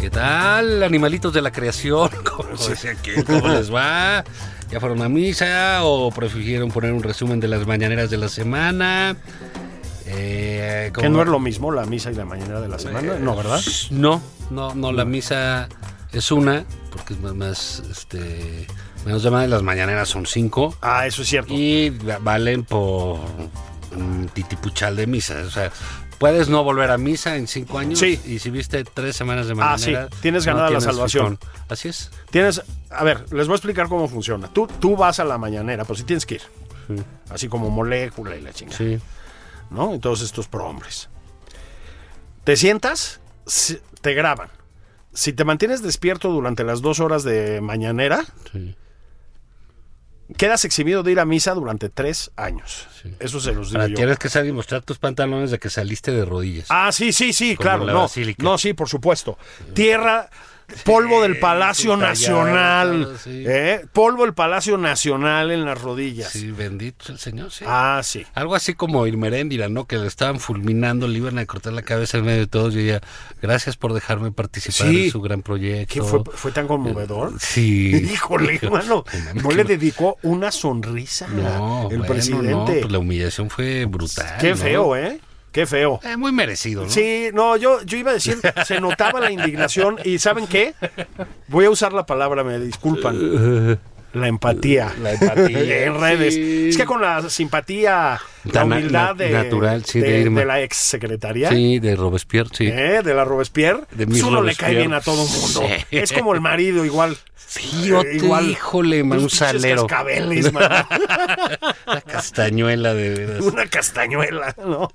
Speaker 3: ¿Qué tal, animalitos de la creación? ¿Cómo, decía aquel? ¿Cómo les va? ¿Ya fueron a misa o prefirieron poner un resumen de las mañaneras de la semana? Eh,
Speaker 2: Que
Speaker 3: ¿cómo
Speaker 2: no
Speaker 3: va?
Speaker 2: es lo mismo la misa y la mañana de la semana, ¿no, verdad?
Speaker 3: No, no, no, la misa es una, porque es más- más, este, menos llamada, y las mañaneras son cinco,
Speaker 2: Ah, eso es cierto.
Speaker 3: y va- valen por un titipuchal de misa, o sea... Puedes no volver a misa en cinco años
Speaker 2: Sí.
Speaker 3: y si viste tres semanas de
Speaker 2: Ah, sí,
Speaker 3: mañanera...
Speaker 2: tienes ganada la salvación.
Speaker 3: fijón. Así es.
Speaker 2: Tienes, a ver, les voy a explicar cómo funciona. Tú, tú vas a la mañanera, pero sí tienes que ir. Así como molécula y la chingada,
Speaker 3: Sí.
Speaker 2: ¿no? Y todos estos prohombres. Te sientas, si- te graban. Si te mantienes despierto durante las dos horas de mañanera, quedas eximido de ir a misa durante tres años. Eso se los digo
Speaker 3: Ahora,
Speaker 2: yo.
Speaker 3: tienes que salir y mostrar tus pantalones de que saliste de rodillas.
Speaker 2: Ah, sí, sí, sí,
Speaker 3: Como
Speaker 2: claro,
Speaker 3: la
Speaker 2: no.
Speaker 3: basílica.
Speaker 2: No, sí, por supuesto. Tierra, polvo del Palacio
Speaker 3: su tallado,
Speaker 2: Nacional.
Speaker 3: claro, sí.
Speaker 2: ¿eh? Polvo del Palacio Nacional en las rodillas.
Speaker 3: sí, bendito sea el Señor, sí.
Speaker 2: Ah, sí.
Speaker 3: Algo así como Irmeréndira, ¿no? Que le estaban fulminando, le iban a cortar la cabeza en medio de todos. Y ella, gracias por dejarme participar
Speaker 2: Sí.
Speaker 3: en su gran proyecto.
Speaker 2: ¿Qué fue, fue tan conmovedor?
Speaker 3: Sí.
Speaker 2: Híjole, hermano.
Speaker 3: mames,
Speaker 2: No
Speaker 3: que
Speaker 2: le
Speaker 3: no-
Speaker 2: dedicó una sonrisa
Speaker 3: No,
Speaker 2: el
Speaker 3: bueno, no,
Speaker 2: presidente.
Speaker 3: pues la humillación fue brutal.
Speaker 2: Qué
Speaker 3: ¿no?
Speaker 2: feo, ¿eh? Qué feo.
Speaker 3: Eh, muy merecido, ¿no?
Speaker 2: Sí, no, yo, yo iba a decir, se notaba la indignación y ¿saben qué? Voy a usar la palabra, me disculpan. La empatía. La
Speaker 3: empatía,
Speaker 2: en redes.
Speaker 3: sí.
Speaker 2: Es que con la simpatía, la
Speaker 3: Tan na-
Speaker 2: humildad
Speaker 3: na-
Speaker 2: de,
Speaker 3: natural, sí, de
Speaker 2: de,
Speaker 3: Irma.
Speaker 2: de la ex secretaria.
Speaker 3: Sí, de Robespierre, sí.
Speaker 2: ¿Eh? De la Robespierre,
Speaker 3: De
Speaker 2: pues
Speaker 3: Miss
Speaker 2: uno le cae
Speaker 3: Robespierre.
Speaker 2: bien a todo el mundo.
Speaker 3: Sí.
Speaker 2: Es como el marido, igual.
Speaker 3: Fíjate,
Speaker 2: Eh, igual.
Speaker 3: híjole, man, un
Speaker 2: Unos pinches
Speaker 3: salero.
Speaker 2: cascabeles, man.
Speaker 3: La castañuela de veras.
Speaker 2: Una castañuela, ¿no?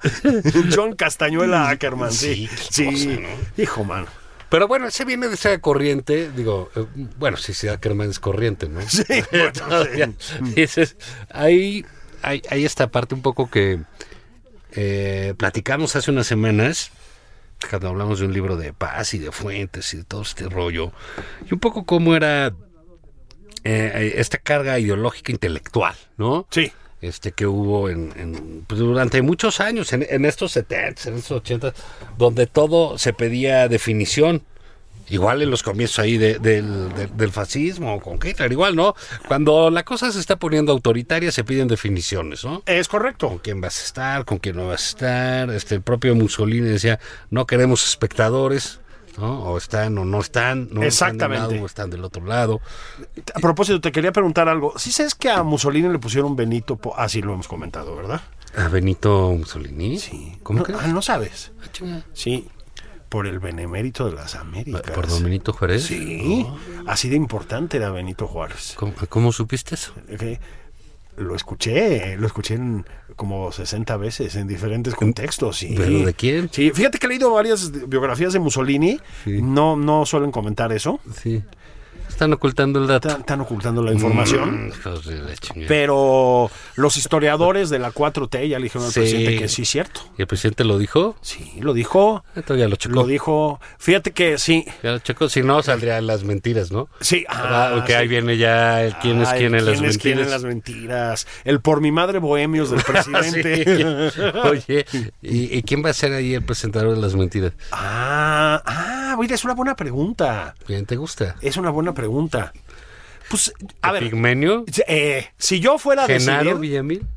Speaker 2: John Castañuela Ackerman, sí. Sí,
Speaker 3: Sí, qué cosa, ¿no?
Speaker 2: hijo, mano.
Speaker 3: Pero bueno, ese viene de esa corriente, digo, eh, bueno, sí, sí, Ackerman es corriente, ¿no? Sí, Mm. dices, ahí, ahí, ahí esta parte un poco que eh, platicamos hace unas semanas, cuando hablamos de un libro de paz y de fuentes y de todo este rollo, y un poco cómo era eh, esta carga ideológica intelectual, ¿no?
Speaker 2: Sí.
Speaker 3: este que hubo en, en- pues, durante muchos años, en, en estos 70s, en estos 80s, donde todo se pedía definición. Igual en los comienzos ahí de- del, del- del fascismo con Hitler, igual, ¿no? Cuando la cosa se está poniendo autoritaria se piden definiciones, ¿no?
Speaker 2: Es correcto.
Speaker 3: con quién vas a estar, con quién no vas a estar. Este, el propio Mussolini decía, no queremos espectadores, ¿no? O están o no están, no están de un
Speaker 2: Exactamente.
Speaker 3: lado o están del otro lado.
Speaker 2: A propósito, te quería preguntar algo. ¿Sí sabes que a Mussolini le pusieron Benito? Po- Ah, sí, lo hemos comentado, ¿verdad?
Speaker 3: ¿A Ah, Benito Mussolini? ¿Cómo
Speaker 2: No,
Speaker 3: crees?
Speaker 2: Ah, no sabes.
Speaker 3: Ah, chinga.
Speaker 2: Sí. Por el benemérito de las Américas.
Speaker 3: ¿Por don Benito Oh. Juárez?
Speaker 2: Sí. Así de importante era Benito Juárez.
Speaker 3: ¿Cómo, cómo supiste eso?
Speaker 2: Ok. Lo escuché, lo escuché en como 60 veces en diferentes contextos. Sí.
Speaker 3: ¿Pero de quién?
Speaker 2: Sí, fíjate que he leído varias de- biografías de Mussolini.
Speaker 3: Sí.
Speaker 2: No, no suelen comentar eso.
Speaker 3: Sí. Están ocultando el dato.
Speaker 2: Están, están ocultando la información.
Speaker 3: Mm, hijos de la chingada.
Speaker 2: Pero los historiadores de la 4T ya le dijeron al
Speaker 3: Sí.
Speaker 2: presidente que sí es cierto.
Speaker 3: ¿Y el presidente lo dijo?
Speaker 2: Sí, lo dijo.
Speaker 3: Ah, Todavía lo checó.
Speaker 2: Lo dijo. Fíjate que sí.
Speaker 3: Ya lo checó. Si no, saldrían las mentiras, ¿no?
Speaker 2: Sí.
Speaker 3: Ah, ok, ahí
Speaker 2: sí.
Speaker 3: viene ya el quién es
Speaker 2: Ay,
Speaker 3: quién en las
Speaker 2: ¿quién es
Speaker 3: mentiras. Ah,
Speaker 2: quién en las mentiras? El por mi madre bohemios del presidente.
Speaker 3: Sí. Oye, ¿y, y quién va a ser ahí el presentador de las mentiras?
Speaker 2: ah, ah, mira, es una buena pregunta.
Speaker 3: ¿Quién te gusta?
Speaker 2: Es una buena pregunta. Pues, a ver,
Speaker 3: ¿Pigmenio?
Speaker 2: eh, si yo fuera a
Speaker 3: ¿Genaro
Speaker 2: decidir...
Speaker 3: Villamil?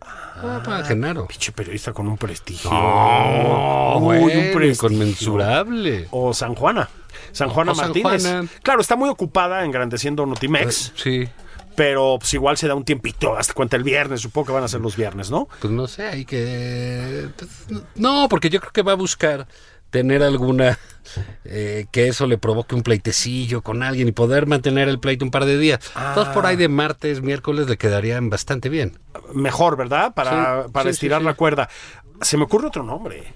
Speaker 3: Ah, para Genaro.
Speaker 2: Pinche periodista con un prestigio.
Speaker 3: No,
Speaker 2: Uy, Oh, un
Speaker 3: bueno,
Speaker 2: prestigio.
Speaker 3: inconmensurable.
Speaker 2: o San Juana. San Juana
Speaker 3: O San
Speaker 2: Martínez.
Speaker 3: Juana.
Speaker 2: Claro, está muy ocupada engrandeciendo Notimex,
Speaker 3: Sí,
Speaker 2: pero pues igual se da un tiempito, hasta cuenta el viernes, supongo que van a ser los viernes, ¿no?
Speaker 3: Pues no sé, hay que... No, porque yo creo que va a buscar tener alguna... eh, que eso le provoque un pleitecillo con alguien y poder mantener el pleito un par de días.
Speaker 2: Ah.
Speaker 3: Entonces por ahí de martes, miércoles le quedarían bastante bien.
Speaker 2: Mejor, ¿verdad? Para,
Speaker 3: Sí,
Speaker 2: para
Speaker 3: sí,
Speaker 2: estirar
Speaker 3: sí, sí.
Speaker 2: la cuerda. Se me ocurre otro nombre.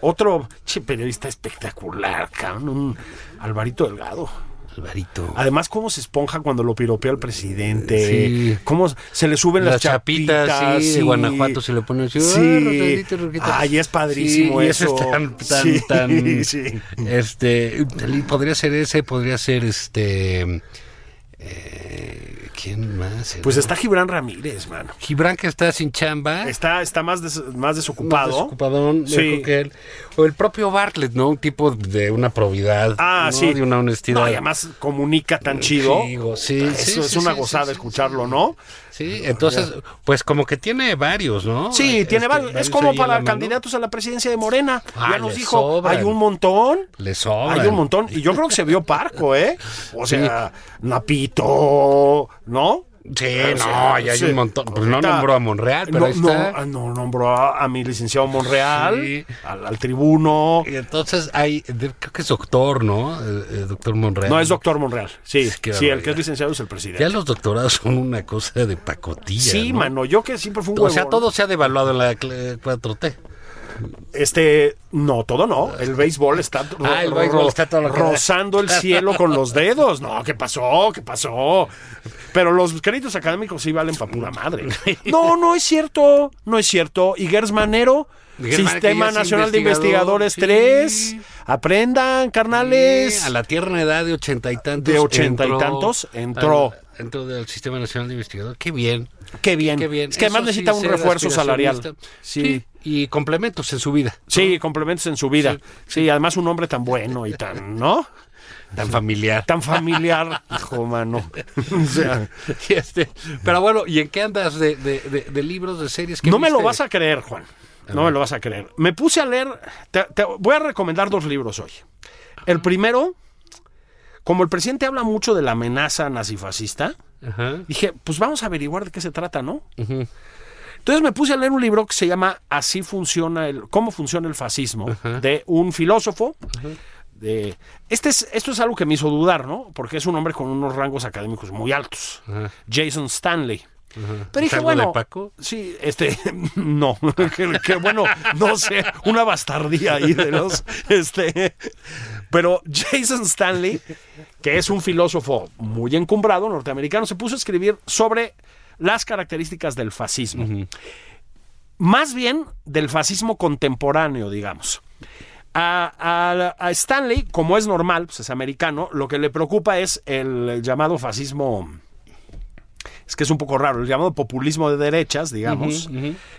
Speaker 2: Otro che, periodista espectacular, cabrón, un Alvarito Delgado.
Speaker 3: Alvarito.
Speaker 2: Además, cómo se esponja cuando lo piropea el presidente.
Speaker 3: Sí.
Speaker 2: Cómo se le suben las,
Speaker 3: Las chapitas, sí, de Guanajuato se le pone así, "Ah, Rosarito,
Speaker 2: Sí.
Speaker 3: Rojito".
Speaker 2: Ay, es padrísimo
Speaker 3: Sí, y
Speaker 2: eso.
Speaker 3: es tan, tan,
Speaker 2: Sí,
Speaker 3: tan,
Speaker 2: sí.
Speaker 3: Este, y podría ser ese, podría ser este... eh, ¿Quién más?
Speaker 2: Pues está Gibran Ramírez, mano.
Speaker 3: Gibran que está sin chamba.
Speaker 2: Está, está más, des- más desocupado.
Speaker 3: Más desocupadón,
Speaker 2: Sí.
Speaker 3: yo creo que él. O el propio Bartlett, ¿no? Un tipo de una probidad.
Speaker 2: Ah,
Speaker 3: ¿no?
Speaker 2: sí.
Speaker 3: De una honestidad.
Speaker 2: No, y además comunica tan chido. Ah,
Speaker 3: Digo, sí,
Speaker 2: Eso
Speaker 3: sí,
Speaker 2: es
Speaker 3: sí,
Speaker 2: una
Speaker 3: sí,
Speaker 2: gozada
Speaker 3: sí, sí,
Speaker 2: escucharlo, ¿no?
Speaker 3: Sí, entonces, pues como que tiene varios, ¿no?
Speaker 2: Sí,
Speaker 3: Este,
Speaker 2: tiene varios. Es como
Speaker 3: ahí a
Speaker 2: para
Speaker 3: la mano.
Speaker 2: candidatos a la presidencia de Morena.
Speaker 3: Ah,
Speaker 2: ya nos
Speaker 3: le
Speaker 2: dijo,
Speaker 3: sobran.
Speaker 2: hay un montón.
Speaker 3: Le sobran.
Speaker 2: Hay un montón. Y yo creo que se vio parco, ¿eh? O sea, Napito, ¿no?
Speaker 3: Sí,
Speaker 2: O sea,
Speaker 3: Eh, no, y hay
Speaker 2: sí.
Speaker 3: un montón. Pues no
Speaker 2: Ahorita-
Speaker 3: nombró a Monreal, pero
Speaker 2: no,
Speaker 3: ahí
Speaker 2: no,
Speaker 3: está.
Speaker 2: ah, No, nombró a, a mi licenciado Monreal,
Speaker 3: Sí.
Speaker 2: al, al tribuno.
Speaker 3: Y entonces hay, de- creo que es doctor, ¿no? Eh, eh, doctor Monreal.
Speaker 2: No, es doctor Monreal. Sí,
Speaker 3: qué
Speaker 2: sí, el
Speaker 3: barbaridad.
Speaker 2: que es licenciado es el presidente.
Speaker 3: Ya los doctorados son una cosa de pacotilla.
Speaker 2: Sí,
Speaker 3: ¿no?
Speaker 2: mano, yo que siempre fui un
Speaker 3: O sea,
Speaker 2: huevón.
Speaker 3: todo se ha devaluado en la cl- 4T.
Speaker 2: Este, no, todo no. El béisbol está, ro-
Speaker 3: Ah, el
Speaker 2: ro-
Speaker 3: béisbol
Speaker 2: ro-
Speaker 3: está todo lo que da.
Speaker 2: rozando el cielo con los dedos. No, ¿qué pasó? ¿Qué pasó? Pero los créditos académicos sí valen para pura madre. No, no es cierto. No es cierto. Y Gersmanero,
Speaker 3: Gersmanero,
Speaker 2: Sistema
Speaker 3: que ya es
Speaker 2: Nacional de
Speaker 3: investigador,
Speaker 2: Investigadores
Speaker 3: sí.
Speaker 2: 3. Aprendan, carnales.
Speaker 3: a la tierna edad de ochenta y tantos.
Speaker 2: De ochenta y
Speaker 3: entró
Speaker 2: tantos, entró.
Speaker 3: al- entró del Sistema Nacional de Investigador. Qué bien.
Speaker 2: Qué bien.
Speaker 3: Qué bien.
Speaker 2: Mm. Es que además
Speaker 3: Eso sí
Speaker 2: necesita un
Speaker 3: ser
Speaker 2: refuerzo salarial.
Speaker 3: aspiracionista.
Speaker 2: Sí.
Speaker 3: Sí, Y complementos en su vida.
Speaker 2: Sí, complementos en su vida. Sí, además un hombre tan bueno y tan, ¿no?
Speaker 3: Tan familiar.
Speaker 2: Tan familiar, hijo mano. O sea,
Speaker 3: Y este, pero bueno, ¿y en qué andas de, de- de- de libros, de series? ¿Qué
Speaker 2: no me lo
Speaker 3: viste?
Speaker 2: vas a creer, Juan. No me lo vas a creer. Me puse a leer, te, te voy a recomendar dos libros hoy. El primero, como el presidente habla mucho de la amenaza nazifascista,
Speaker 3: Ajá.
Speaker 2: dije, pues vamos a averiguar de qué se trata, ¿no? Entonces me puse a leer un libro que se llama Así funciona el, cómo funciona el fascismo, de un filósofo. De, este es, esto es algo que me hizo dudar, ¿no? Porque es un hombre con unos rangos académicos muy altos. Jason Stanley. Pero
Speaker 3: ¿Es
Speaker 2: dije,
Speaker 3: algo de
Speaker 2: bueno,
Speaker 3: Paco?
Speaker 2: sí, este, no, que, que bueno, no sé, una bastardía ahí de los, este, pero Jason Stanley, que es un filósofo muy encumbrado norteamericano, se puso a escribir sobre las características del fascismo. Más bien del fascismo contemporáneo, digamos. A, a- a Stanley, como es normal, pues es americano, lo que le preocupa es el llamado fascismo. Es que es un poco raro, el llamado populismo de derechas, digamos,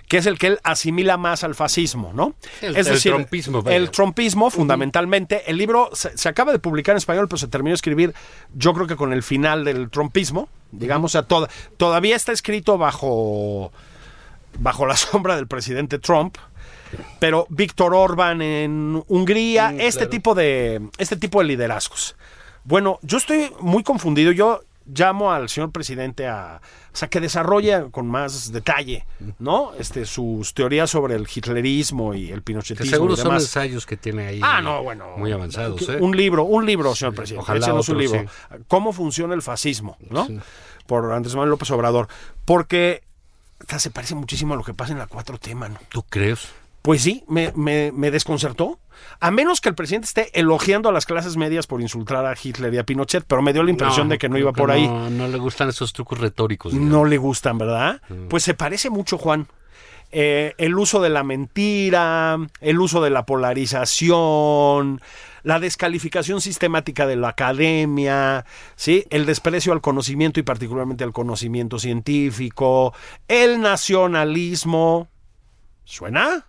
Speaker 2: que es el que él asimila más al fascismo, ¿no?
Speaker 3: El-
Speaker 2: es
Speaker 3: el
Speaker 2: decir,
Speaker 3: trumpismo, vaya.
Speaker 2: el trompismo, fundamentalmente. El libro se, se acaba de publicar en español, pero se terminó de escribir, yo creo que con el final del trompismo, digamos, o sea, toda- todavía está escrito bajo, bajo la sombra del presidente Trump. Pero Víctor Orban en Hungría,
Speaker 3: Mm,
Speaker 2: este,
Speaker 3: claro.
Speaker 2: tipo de, este tipo de liderazgos. Bueno, yo estoy muy confundido. Yo llamo al señor presidente a, o sea, que desarrolle con más detalle, ¿no? Este, sus teorías sobre el hitlerismo y el
Speaker 3: Que
Speaker 2: pinochetismo. y
Speaker 3: seguro son
Speaker 2: demás.
Speaker 3: ensayos que tiene ahí.
Speaker 2: Ah, no, bueno.
Speaker 3: Muy avanzados,
Speaker 2: Que-
Speaker 3: ¿eh?
Speaker 2: Un libro, un libro, señor presidente.
Speaker 3: ojalá
Speaker 2: Échenos un
Speaker 3: otro,
Speaker 2: libro. ¿Cómo funciona el fascismo? ¿No? Por Andrés Manuel López Obrador. Porque o sea, se parece muchísimo a lo que pasa en la 4T, mano.
Speaker 3: ¿Tú crees?
Speaker 2: Pues sí, me, me- me desconcertó. A menos que el presidente esté elogiando a las clases medias por insultar a Hitler y a Pinochet, pero me dio la impresión de que no iba
Speaker 3: creo
Speaker 2: por ahí.
Speaker 3: No, no le gustan esos trucos retóricos. digamos.
Speaker 2: No le gustan, ¿verdad? Pues se parece mucho, Juan. Eh, el uso de la mentira, el uso de la polarización, la descalificación sistemática de la academia, ¿sí? el desprecio al conocimiento y particularmente al conocimiento científico, el nacionalismo. ¿Suena?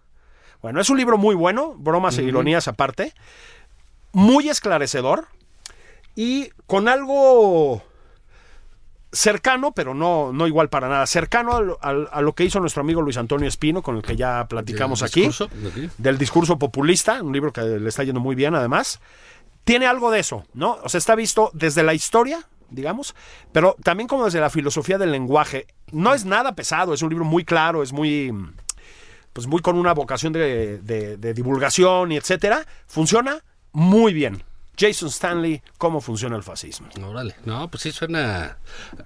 Speaker 2: Bueno, es un libro muy bueno, bromas e ironías aparte, muy esclarecedor y con algo cercano, pero no, no igual para nada, cercano al- al- a lo que hizo nuestro amigo Luis Antonio Espino, con el que ya platicamos
Speaker 3: ¿El
Speaker 2: aquí,
Speaker 3: discurso? Ok.
Speaker 2: del discurso populista, un libro que le está yendo muy bien además. Tiene algo de eso, ¿no? O sea, está visto desde la historia, digamos, pero también como desde la filosofía del lenguaje. No es nada pesado, es un libro muy claro, es muy pues muy con una vocación de, de- de divulgación y etcétera, funciona muy bien. Jason Stanley, ¿cómo funciona el fascismo?
Speaker 3: Órale. No, pues sí suena.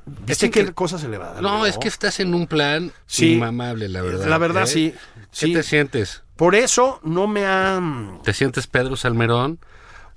Speaker 2: Este
Speaker 3: Dicen
Speaker 2: qué
Speaker 3: que-
Speaker 2: cosa se le va a dar.
Speaker 3: Ah, No, es que estás en un plan
Speaker 2: Sí.
Speaker 3: inmamable, la verdad.
Speaker 2: La verdad,
Speaker 3: ¿eh?
Speaker 2: sí,
Speaker 3: ¿Qué
Speaker 2: sí.
Speaker 3: te sientes?
Speaker 2: Por eso no me han...
Speaker 3: ¿Te sientes Pedro Salmerón?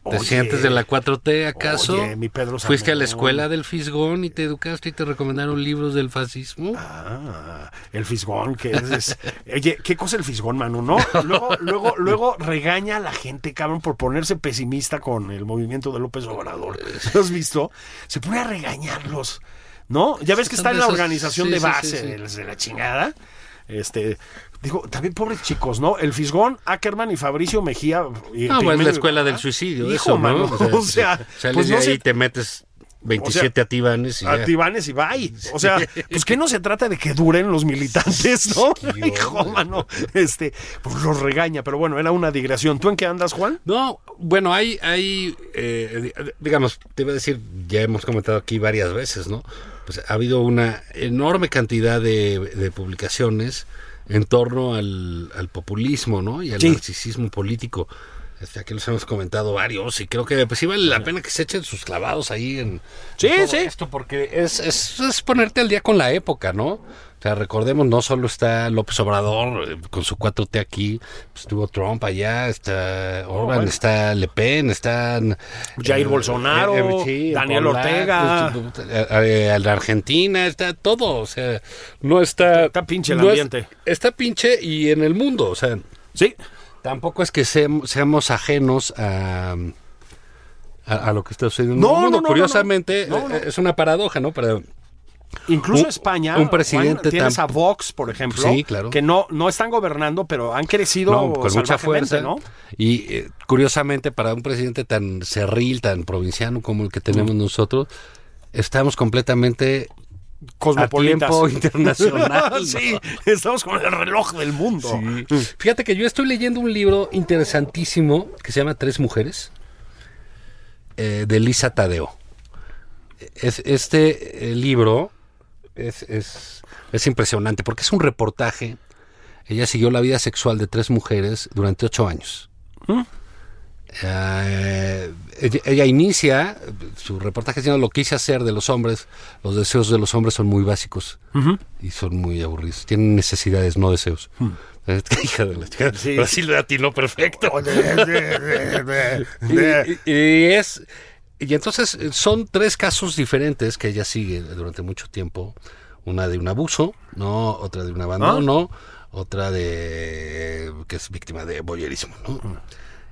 Speaker 3: ¿Te
Speaker 2: Oye.
Speaker 3: sientes de la 4T acaso?
Speaker 2: Oye, mi Pedro
Speaker 3: ¿Fuiste a la
Speaker 2: Salmerón.
Speaker 3: escuela del Fisgón y te educaste y te recomendaron libros del fascismo?
Speaker 2: Ah, el fisgón, que es, es- Oye, ¿qué cosa el fisgón, mano? ¿No? Luego, luego, luego regaña a la gente, cabrón, por ponerse pesimista con el movimiento de López Obrador. ¿Lo has visto? Se pone a regañarlos, ¿no? Ya ves que está en la
Speaker 3: Son de esos-
Speaker 2: organización
Speaker 3: sí,
Speaker 2: de
Speaker 3: sí, sí,
Speaker 2: base
Speaker 3: sí.
Speaker 2: de las de la chingada. Este, digo, también pobres chicos, ¿no? El fisgón, Ackerman y Fabricio Mejía. y
Speaker 3: No, pues
Speaker 2: Pigmenio-
Speaker 3: la escuela del suicidio.
Speaker 2: Hijo,
Speaker 3: eso, ¿no?
Speaker 2: mano, o sea,
Speaker 3: sales
Speaker 2: pues
Speaker 3: de
Speaker 2: no
Speaker 3: ahí
Speaker 2: se-
Speaker 3: y te metes 27 atibanes y ya.
Speaker 2: Atibanes y bye. O sea, pues que no se trata de que duren los militantes, ¿no?
Speaker 3: Sí,
Speaker 2: Hijo,
Speaker 3: hombre.
Speaker 2: mano. Este, pues los regaña, pero bueno, era una digresión. ¿Tú en qué andas, Juan?
Speaker 3: No, bueno, hay, hay eh, di- digamos, te iba a decir, ya hemos comentado aquí varias veces, ¿no? Pues ha habido una enorme cantidad de, de publicaciones en torno al, al populismo, ¿no? Y al
Speaker 2: Sí.
Speaker 3: narcisismo político. Este, aquí los hemos comentado varios y creo que pues sí vale la pena que se echen sus clavados ahí en,
Speaker 2: Sí,
Speaker 3: en todo
Speaker 2: sí.
Speaker 3: esto porque es, es, es ponerte al día con la época, ¿no? O sea, recordemos, no solo está López Obrador eh, con su 4T aquí, pues, estuvo Trump allá, está Orban,
Speaker 2: bueno.
Speaker 3: está Le Pen, están... eh,
Speaker 2: Jair Bolsonaro, Daniel Ortega.
Speaker 3: pues, A eh, la Argentina, está todo, o sea, no está...
Speaker 2: Está pinche el
Speaker 3: no es-
Speaker 2: ambiente.
Speaker 3: está pinche y en el mundo, o sea,
Speaker 2: Sí.
Speaker 3: tampoco es que seam- seamos ajenos a... A, a lo que está sucediendo.
Speaker 2: No,
Speaker 3: en el mundo.
Speaker 2: no, no, no,
Speaker 3: Curiosamente,
Speaker 2: no. No, no.
Speaker 3: eh, es una paradoja, ¿no? Para,
Speaker 2: Incluso
Speaker 3: Un-
Speaker 2: España.
Speaker 3: un presidente
Speaker 2: Juan, tienes
Speaker 3: tan-
Speaker 2: a Vox, por ejemplo.
Speaker 3: Sí, claro.
Speaker 2: Que no, no están gobernando, pero han crecido
Speaker 3: No, con mucha
Speaker 2: salvajemente,
Speaker 3: fuerza.
Speaker 2: ¿no?
Speaker 3: Y eh, curiosamente, para un presidente tan cerril, tan provinciano como el que tenemos
Speaker 2: Mm.
Speaker 3: nosotros, estamos completamente a
Speaker 2: Cosmopolitas.
Speaker 3: tiempo internacional.
Speaker 2: sí, estamos con el reloj del mundo.
Speaker 3: ¿no? Fíjate que yo estoy leyendo un libro interesantísimo que se llama Tres Mujeres, eh, de Lisa Tadeo. Es, este eh, libro es, es- es impresionante porque es un reportaje. Ella siguió la vida sexual de tres mujeres durante ocho años. Eh, ella, ella inicia eh, su reportaje diciendo lo quise hacer de los hombres. Los deseos de los hombres son muy básicos y son muy aburridos. Tienen necesidades, no deseos. Hija de la chica.
Speaker 2: Sí.
Speaker 3: Pero sí le atinó perfecto. Y, y- y es. Y entonces eh, son tres casos diferentes que ella sigue durante mucho tiempo. Una de un abuso, ¿no? Otra de un abandono, otra de. que es víctima de boyerismo, ¿no?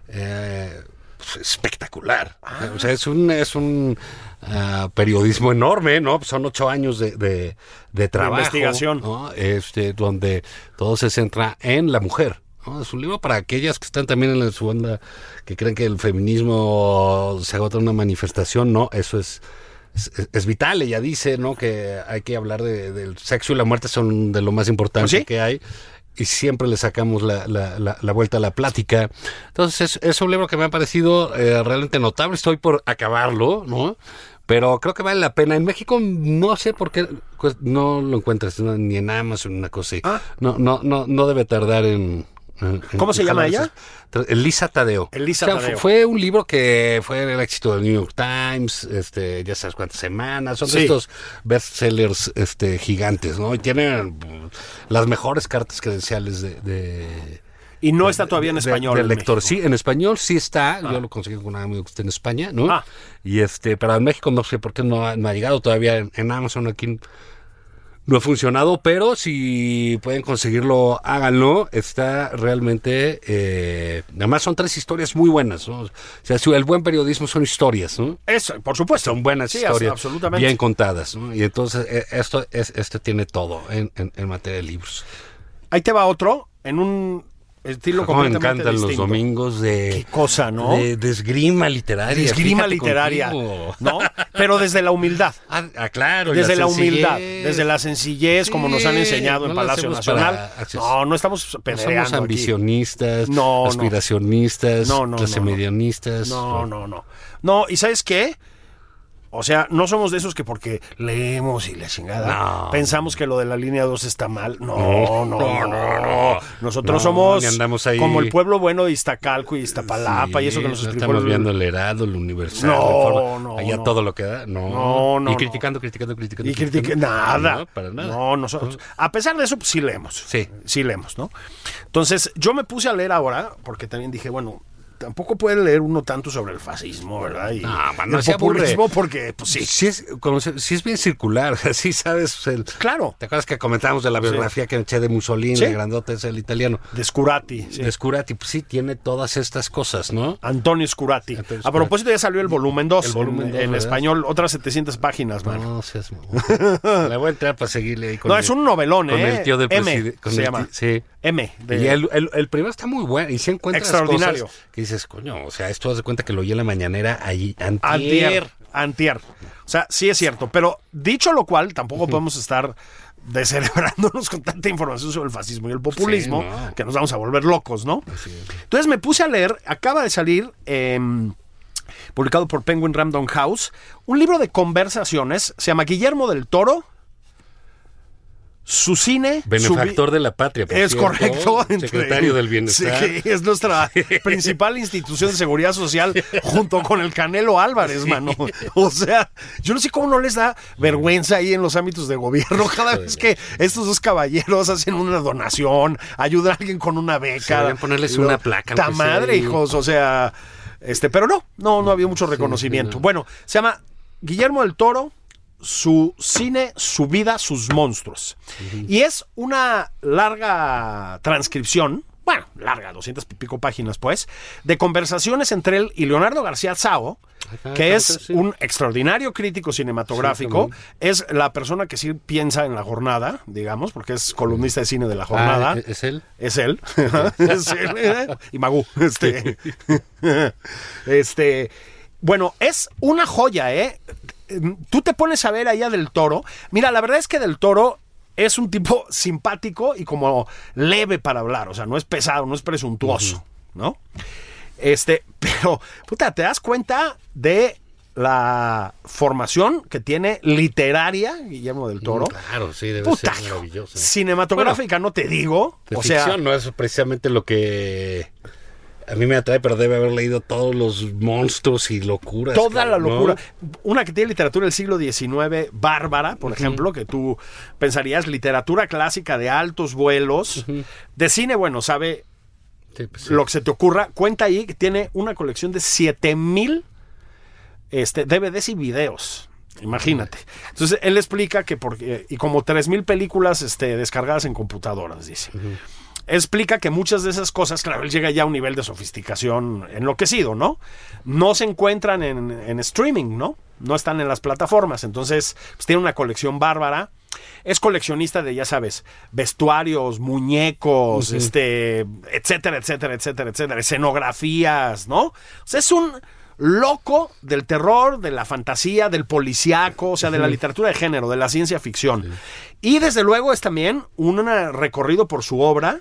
Speaker 3: Eh, pues, espectacular. O sea, es un, es un ah, periodismo enorme, ¿no? Son ocho años de, de, de trabajo.
Speaker 2: investigación.
Speaker 3: ¿no? Este, donde todo se centra en la mujer. ¿no? Es un libro para aquellas que están también en la- su onda, que creen que el feminismo se agota en una manifestación. No, eso es, es, es vital. Ella dice ¿no? que hay que hablar de- del sexo y la muerte son de lo más importante
Speaker 2: Pues sí.
Speaker 3: que hay. Y siempre le sacamos la, la- la- la vuelta a la plática. Entonces, es, es un libro que me ha parecido eh, realmente notable. Estoy por acabarlo, ¿no? Pero creo que vale la pena. En México no sé por qué pues, no lo encuentras no, ni en Amazon, una cosa así.
Speaker 2: Ah.
Speaker 3: No, no, no, no debe tardar en. en- en-
Speaker 2: ¿Cómo se
Speaker 3: en
Speaker 2: llama
Speaker 3: jalarse. Tra- Elisa Tadeo.
Speaker 2: Elisa
Speaker 3: fu-
Speaker 2: Tadeo.
Speaker 3: Fue un libro que fue el éxito del New York Times, este, ya sabes cuántas semanas. Son de
Speaker 2: Sí.
Speaker 3: estos bestsellers este, gigantes, ¿no? Y tienen mm, las mejores cartas credenciales de- de
Speaker 2: Y no está todavía en
Speaker 3: de-
Speaker 2: español.
Speaker 3: del
Speaker 2: en
Speaker 3: lector.
Speaker 2: México.
Speaker 3: Sí, en español sí está. Yo lo conseguí con un amigo que está en España, ¿no?
Speaker 2: Ah.
Speaker 3: Y este, pero en México no sé por qué no ha, no ha llegado todavía en, en Amazon aquí. No ha funcionado, pero si pueden conseguirlo, háganlo. Está realmente. eh, además, son tres historias muy buenas. ¿no? O sea, si el buen periodismo son historias, ¿no?
Speaker 2: Eso, por supuesto.
Speaker 3: Son buenas
Speaker 2: Sí,
Speaker 3: historias.
Speaker 2: absolutamente.
Speaker 3: Bien contadas. ¿no? Y entonces, eh, esto es, este tiene todo en, en- en materia de libros.
Speaker 2: Ahí te va otro en un estilo
Speaker 3: Como me
Speaker 2: completamente
Speaker 3: encantan los
Speaker 2: distinto.
Speaker 3: domingos de.
Speaker 2: Qué cosa, ¿no?
Speaker 3: De, de esgrima literaria.
Speaker 2: Esgrima
Speaker 3: fíjate
Speaker 2: literaria,
Speaker 3: contigo.
Speaker 2: ¿no? Pero desde la humildad.
Speaker 3: Ah, ah, claro. y
Speaker 2: Desde la
Speaker 3: sencillez.
Speaker 2: humildad, desde la sencillez, como nos han
Speaker 3: Sí,
Speaker 2: enseñado
Speaker 3: no
Speaker 2: en
Speaker 3: lo
Speaker 2: Palacio
Speaker 3: hacemos para
Speaker 2: Nacional.
Speaker 3: acces-
Speaker 2: No, no estamos
Speaker 3: No
Speaker 2: peleando.
Speaker 3: Pues somos
Speaker 2: aquí.
Speaker 3: ambicionistas,
Speaker 2: No, no.
Speaker 3: aspiracionistas,
Speaker 2: No, no,
Speaker 3: clase
Speaker 2: no, no.
Speaker 3: medianistas.
Speaker 2: No, no, no. No, ¿y sabes qué? O sea, no somos de esos que porque leemos y la chingada
Speaker 3: No. Eh,
Speaker 2: pensamos que lo de la línea 2 está mal. No, no, no, no. Nosotros
Speaker 3: No,
Speaker 2: somos
Speaker 3: ni andamos ahí.
Speaker 2: como el pueblo bueno de Iztacalco y Iztapalapa y eso que nos
Speaker 3: no
Speaker 2: explicó
Speaker 3: estamos
Speaker 2: el-
Speaker 3: viendo el Heraldo, el Universal,
Speaker 2: No,
Speaker 3: Reforma,
Speaker 2: no,
Speaker 3: allá
Speaker 2: no.
Speaker 3: todo lo que da, no,
Speaker 2: No, no,
Speaker 3: y
Speaker 2: no.
Speaker 3: criticando, criticando, criticando,
Speaker 2: Y critique
Speaker 3: criticando.
Speaker 2: nada.
Speaker 3: no, para nada,
Speaker 2: No, nosotros. A pesar de eso, pues, sí leemos.
Speaker 3: Sí.
Speaker 2: Sí leemos, ¿no? Entonces, yo me puse a leer ahora, porque también dije, bueno, tampoco puede leer uno tanto sobre el fascismo, ¿verdad? Y
Speaker 3: No, man,
Speaker 2: y
Speaker 3: no
Speaker 2: el
Speaker 3: se aburre.
Speaker 2: populismo, porque, pues sí.
Speaker 3: Si es, como se- sí es bien circular, así sabes, o sea, el-
Speaker 2: Claro.
Speaker 3: ¿Te acuerdas que comentábamos de la biografía que eché de Mussolini,
Speaker 2: Sí.
Speaker 3: el grandote es el italiano?
Speaker 2: De Scurati. sí.
Speaker 3: De Scurati, pues sí, tiene todas estas cosas, ¿no?
Speaker 2: Antonio Scurati.
Speaker 3: Antonio
Speaker 2: a
Speaker 3: Scurati.
Speaker 2: propósito, ya salió el volumen 2.
Speaker 3: El volumen dos,
Speaker 2: en,
Speaker 3: ¿verdad?
Speaker 2: español, otras 700 páginas, man.
Speaker 3: No seas mamón. La voy a entrar para seguirle ahí con
Speaker 2: No,
Speaker 3: el-
Speaker 2: es un novelón,
Speaker 3: con
Speaker 2: ¿eh?
Speaker 3: el tío del
Speaker 2: M
Speaker 3: presidente.
Speaker 2: se llama.
Speaker 3: Sí.
Speaker 2: M. de-
Speaker 3: Y el, el- el primero está muy bueno y se encuentra
Speaker 2: Extraordinario.
Speaker 3: que dices, coño, o sea, esto hace cuenta que lo oí en la mañanera ahí
Speaker 2: Antier.
Speaker 3: antier.
Speaker 2: Antier. O sea, sí es cierto. Pero dicho lo cual, tampoco podemos estar descerebrándonos con tanta información sobre el fascismo y el populismo
Speaker 3: Sí, no.
Speaker 2: que nos vamos a volver locos, ¿no? Entonces me puse a leer, acaba de salir, eh, publicado por Penguin Random House, un libro de conversaciones, se llama Guillermo del Toro, su cine. su
Speaker 3: Benefactor
Speaker 2: vi-
Speaker 3: de la patria. por
Speaker 2: es
Speaker 3: cierto.
Speaker 2: correcto. entre-
Speaker 3: Secretario del Bienestar.
Speaker 2: Sí, que es nuestra principal institución de seguridad social junto con el Canelo Álvarez, mano. O sea, yo no sé cómo no les da vergüenza ahí en los ámbitos de gobierno cada vez que estos dos caballeros hacen una donación, ayudan a alguien con una beca.
Speaker 3: Sí, deberían ponerles una placa,
Speaker 2: Ta
Speaker 3: aunque sea
Speaker 2: madre,
Speaker 3: ahí.
Speaker 2: hijos. O sea, este, pero no, no, no había mucho reconocimiento.
Speaker 3: no.
Speaker 2: Bueno, se llama Guillermo del Toro, su cine, su vida, sus monstruos. Y es una larga transcripción, bueno, larga, 200 y pico páginas, pues, de conversaciones entre él y Leonardo García Tsao,
Speaker 3: Ajá,
Speaker 2: que es
Speaker 3: sí.
Speaker 2: un extraordinario crítico cinematográfico, es la persona que sí piensa en la jornada, digamos, porque es columnista de cine de la jornada.
Speaker 3: Ah, ¿Es él?
Speaker 2: Es él. Es él, ¿eh? Y Magú. Este. Este. Bueno, es una joya, ¿eh? Tú te pones a ver allá del toro. Mira, la verdad es que del toro. Es un tipo simpático y como leve para hablar, o sea, no es pesado, no es presuntuoso, ¿no? Este, pero, puta, te das cuenta de la formación que tiene literaria Guillermo del Toro.
Speaker 3: Mm, Claro, sí, debe
Speaker 2: Puta,
Speaker 3: ser maravilloso.
Speaker 2: cinematográfica no te digo.
Speaker 3: De
Speaker 2: o
Speaker 3: ficción,
Speaker 2: sea,
Speaker 3: no es precisamente lo que a mí me atrae, pero debe haber leído todos los monstruos y locuras.
Speaker 2: toda la
Speaker 3: cabrón, ¿no?
Speaker 2: locura. Una que tiene literatura del siglo XIX, bárbara, por ejemplo, que tú pensarías literatura clásica de altos vuelos. De cine, bueno, sabe
Speaker 3: Sí, pues, sí.
Speaker 2: lo que se te ocurra. Cuenta ahí que tiene una colección de 7000 este, DVDs y videos. Imagínate. Entonces él explica que porque. Y como 3000 películas este, descargadas en computadoras, dice. Explica que muchas de esas cosas, claro, él llega ya a un nivel de sofisticación enloquecido, ¿no? No se encuentran en, en streaming, ¿no? No están en las plataformas. Entonces, pues, tiene una colección bárbara. Es coleccionista de, ya sabes, vestuarios, muñecos, este, etcétera, etcétera, etcétera, etcétera, escenografías, ¿no? O sea, es un loco del terror, de la fantasía, del policíaco, o sea, de la literatura de género, de la ciencia ficción. Y desde luego es también un eh, recorrido por su obra.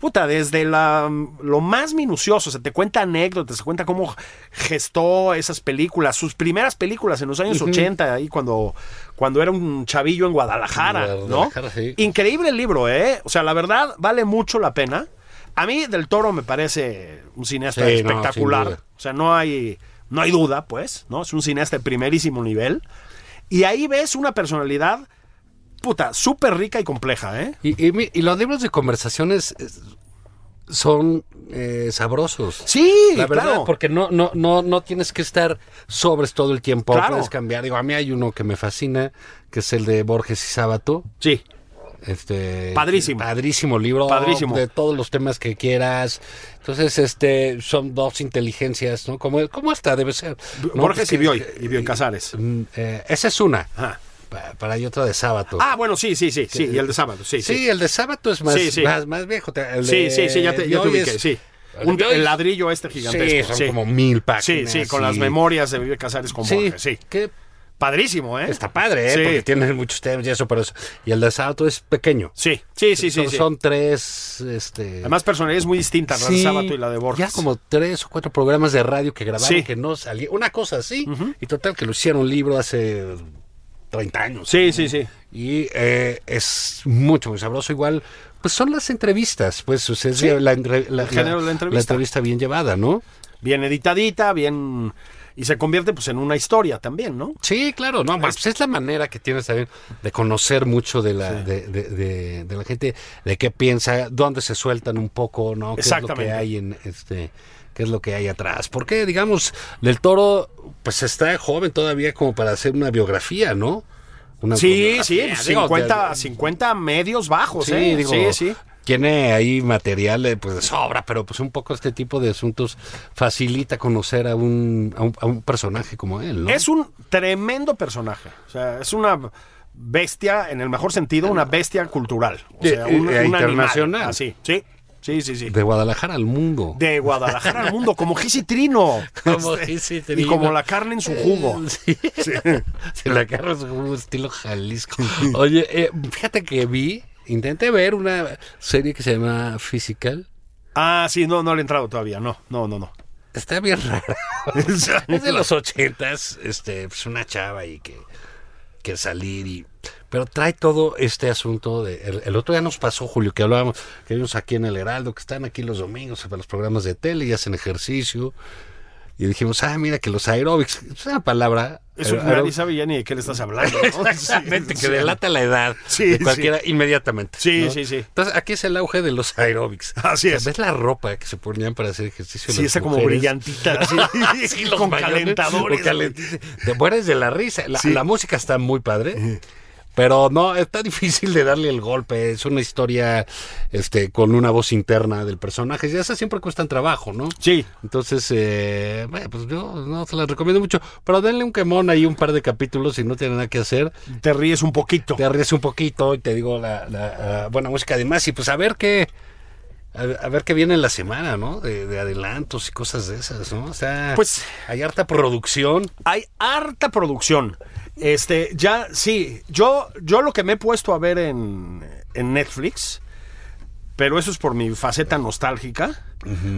Speaker 2: Puta, desde la, mm, lo más minucioso, se te cuenta anécdotas, se cuenta cómo gestó esas películas, sus primeras películas en los años 80, ahí cuando, cuando era un chavillo en Guadalajara,
Speaker 3: En
Speaker 2: ¿no?
Speaker 3: Guadalajara, sí.
Speaker 2: Increíble el libro, ¿eh? O sea, la verdad, vale mucho la pena. A mí Del Toro me parece un cineasta
Speaker 3: Sí, no,
Speaker 2: espectacular.
Speaker 3: sin duda.
Speaker 2: o sea, no hay, no hay duda, pues, ¿no? Es un cineasta de primerísimo nivel. Y ahí ves una personalidad, puta, súper rica y compleja, ¿eh?
Speaker 3: Y, y mi- y los libros de conversaciones es- son eh, sabrosos.
Speaker 2: Sí,
Speaker 3: La verdad,
Speaker 2: claro.
Speaker 3: porque no, no, no, no tienes que estar sobres todo el tiempo.
Speaker 2: Claro.
Speaker 3: Puedes cambiar. Digo, a mí hay uno que me fascina, que es el de Borges y Sábato.
Speaker 2: Sí.
Speaker 3: Este,
Speaker 2: Padrísimo.
Speaker 3: Padrísimo libro.
Speaker 2: Padrísimo.
Speaker 3: De todos los temas que quieras. Entonces, este, son dos inteligencias, ¿no? Como, como esta debe ser. ¿no?
Speaker 2: Borges y
Speaker 3: Porque-
Speaker 2: Bioy, y Bioy Casares.
Speaker 3: Mm, eh, esa es una.
Speaker 2: Ajá.
Speaker 3: Pa- para y otra de sábado.
Speaker 2: Ah, bueno, sí, sí, sí, sí, y el de sábado, sí, sí.
Speaker 3: sí, el de sábado es más,
Speaker 2: Sí, sí.
Speaker 3: más, más viejo. Te- el
Speaker 2: Sí,
Speaker 3: de
Speaker 2: sí, sí, ya te, ya te
Speaker 3: Bioy
Speaker 2: ubiqué,
Speaker 3: es-
Speaker 2: sí.
Speaker 3: el
Speaker 2: Un-
Speaker 3: de hoy
Speaker 2: el
Speaker 3: es-
Speaker 2: ladrillo este
Speaker 3: Sí,
Speaker 2: gigantesco.
Speaker 3: son
Speaker 2: sí.
Speaker 3: como mil
Speaker 2: Sí,
Speaker 3: páginas.
Speaker 2: sí, con
Speaker 3: y-
Speaker 2: las memorias de Vive Casares con
Speaker 3: Sí,
Speaker 2: Borges, sí.
Speaker 3: que
Speaker 2: Padrísimo, ¿eh?
Speaker 3: está padre, ¿eh? Porque tiene muchos temas y eso, pero eso- Y el de sábado es pequeño.
Speaker 2: Sí, sí, sí, sí.
Speaker 3: son,
Speaker 2: sí.
Speaker 3: son tres, este...
Speaker 2: Además, personalidades muy distintas, la de
Speaker 3: sí,
Speaker 2: Sábato y la de Borges.
Speaker 3: Ya como tres o cuatro programas de radio que grabaron
Speaker 2: Sí.
Speaker 3: que no salía. Una cosa así. Y total, que lo hicieron libro hace 30 años.
Speaker 2: Sí, sí, sí.
Speaker 3: Y eh, es mucho, muy sabroso. Igual, pues son las entrevistas, pues o sea, es
Speaker 2: Sí,
Speaker 3: la, entre- la-
Speaker 2: el género de la
Speaker 3: la- la
Speaker 2: entrevista.
Speaker 3: entrevista bien llevada, ¿no?
Speaker 2: Bien editadita, bien... Y se convierte pues en una historia también, ¿no?
Speaker 3: Sí, claro, no, pues es la manera que tienes también de conocer mucho de la, de, de- de- de la gente, de qué piensa, dónde se sueltan un poco, ¿no? ¿Qué es
Speaker 2: Exactamente.
Speaker 3: lo que hay en este, qué es lo que hay atrás. Porque, digamos, del toro, pues está joven todavía como para hacer una biografía, ¿no? Una
Speaker 2: Sí, sí,
Speaker 3: biografía, digo,
Speaker 2: 50,
Speaker 3: de-
Speaker 2: 50 medios bajos,
Speaker 3: Sí,
Speaker 2: ¿eh?
Speaker 3: digo,
Speaker 2: sí, sí.
Speaker 3: Tiene ahí material eh, pues, de sobra, pero pues un poco este tipo de asuntos facilita conocer a un, a un, a un personaje como él, ¿no?
Speaker 2: Es un tremendo personaje. O sea, es una bestia, en el mejor sentido, una bestia cultural. O
Speaker 3: Sí,
Speaker 2: sea, un,
Speaker 3: eh,
Speaker 2: un
Speaker 3: internacional.
Speaker 2: animal. Así, sí, sí, sí, sí.
Speaker 3: De Guadalajara al mundo.
Speaker 2: De Guadalajara al mundo, como Gis y Trino.
Speaker 3: Como
Speaker 2: Este,
Speaker 3: Gis y Trino.
Speaker 2: Y como la carne en su jugo.
Speaker 3: Sí. Se la agarra su jugo estilo Jalisco. Oye, eh, fíjate que vi, intenté ver una serie que se llama Physical.
Speaker 2: Ah, sí, no, no le he entrado todavía. No, no, no, no.
Speaker 3: Está bien rara. es de los ochentas, este, pues una chava y que, que salir y Pero trae todo este asunto de. El, el otro día nos pasó, Julio, que hablábamos, que vimos aquí en el Heraldo, que están aquí los domingos para los programas de tele y hacen ejercicio. Y dijimos, ah, mira que los aeróbics, es una palabra.
Speaker 2: Eso
Speaker 3: aer-
Speaker 2: nadie sabe ya ni de qué le estás hablando. ¿no?
Speaker 3: Eh, Exactamente,
Speaker 2: Sí,
Speaker 3: que
Speaker 2: sí.
Speaker 3: delata la edad
Speaker 2: Sí,
Speaker 3: de
Speaker 2: sí.
Speaker 3: cualquiera inmediatamente.
Speaker 2: Sí,
Speaker 3: ¿no?
Speaker 2: sí, sí.
Speaker 3: Entonces, aquí es el auge de los aeróbics.
Speaker 2: Así
Speaker 3: O sea,
Speaker 2: es.
Speaker 3: ¿Ves la ropa que se ponían para hacer ejercicio?
Speaker 2: Sí,
Speaker 3: las
Speaker 2: esa como
Speaker 3: mujeres?
Speaker 2: brillantita, así,
Speaker 3: Sí, los
Speaker 2: con
Speaker 3: mayones,
Speaker 2: calentadores.
Speaker 3: con calent- Te mueres de la risa. La,
Speaker 2: Sí.
Speaker 3: la música está muy padre. Pero no, está difícil de darle el golpe. Es una historia este, con una voz interna del personaje. Y esas siempre cuestan trabajo, ¿no?
Speaker 2: Sí.
Speaker 3: Entonces, eh, bueno, pues yo no se las recomiendo mucho. Pero denle un quemón ahí un par de capítulos si no tienen nada que hacer.
Speaker 2: Te ríes un poquito.
Speaker 3: Te ríes un poquito y te digo la, la, la buena música además. Y pues a ver qué. A a ver qué viene en la semana, ¿no? De, de adelantos y cosas de esas, ¿no? O sea,
Speaker 2: Pues-
Speaker 3: hay harta producción.
Speaker 2: Hay harta producción. Este, ya, sí. Yo, yo lo que me he puesto a ver en, en Netflix, pero eso es por mi faceta nostálgica,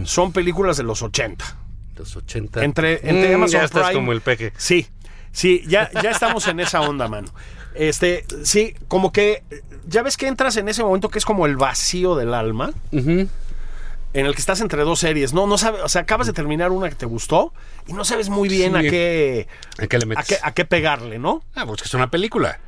Speaker 2: son películas de los 80.
Speaker 3: Los 80.
Speaker 2: Entre, entre
Speaker 3: Mm,
Speaker 2: Amazon
Speaker 3: ya estás
Speaker 2: Prime-
Speaker 3: como el peje.
Speaker 2: Sí, sí, ya, ya estamos en esa onda, mano. Este, sí, como que eh, ya ves que entras en ese momento que es como el vacío del alma, en el que estás entre dos series, no, no sabes, o sea, acabas de terminar una que te gustó y no sabes muy bien
Speaker 3: Sí.
Speaker 2: a qué,
Speaker 3: ¿A qué le
Speaker 2: a
Speaker 3: metes?
Speaker 2: qué, a qué pegarle, ¿no?
Speaker 3: Ah, pues que es una película.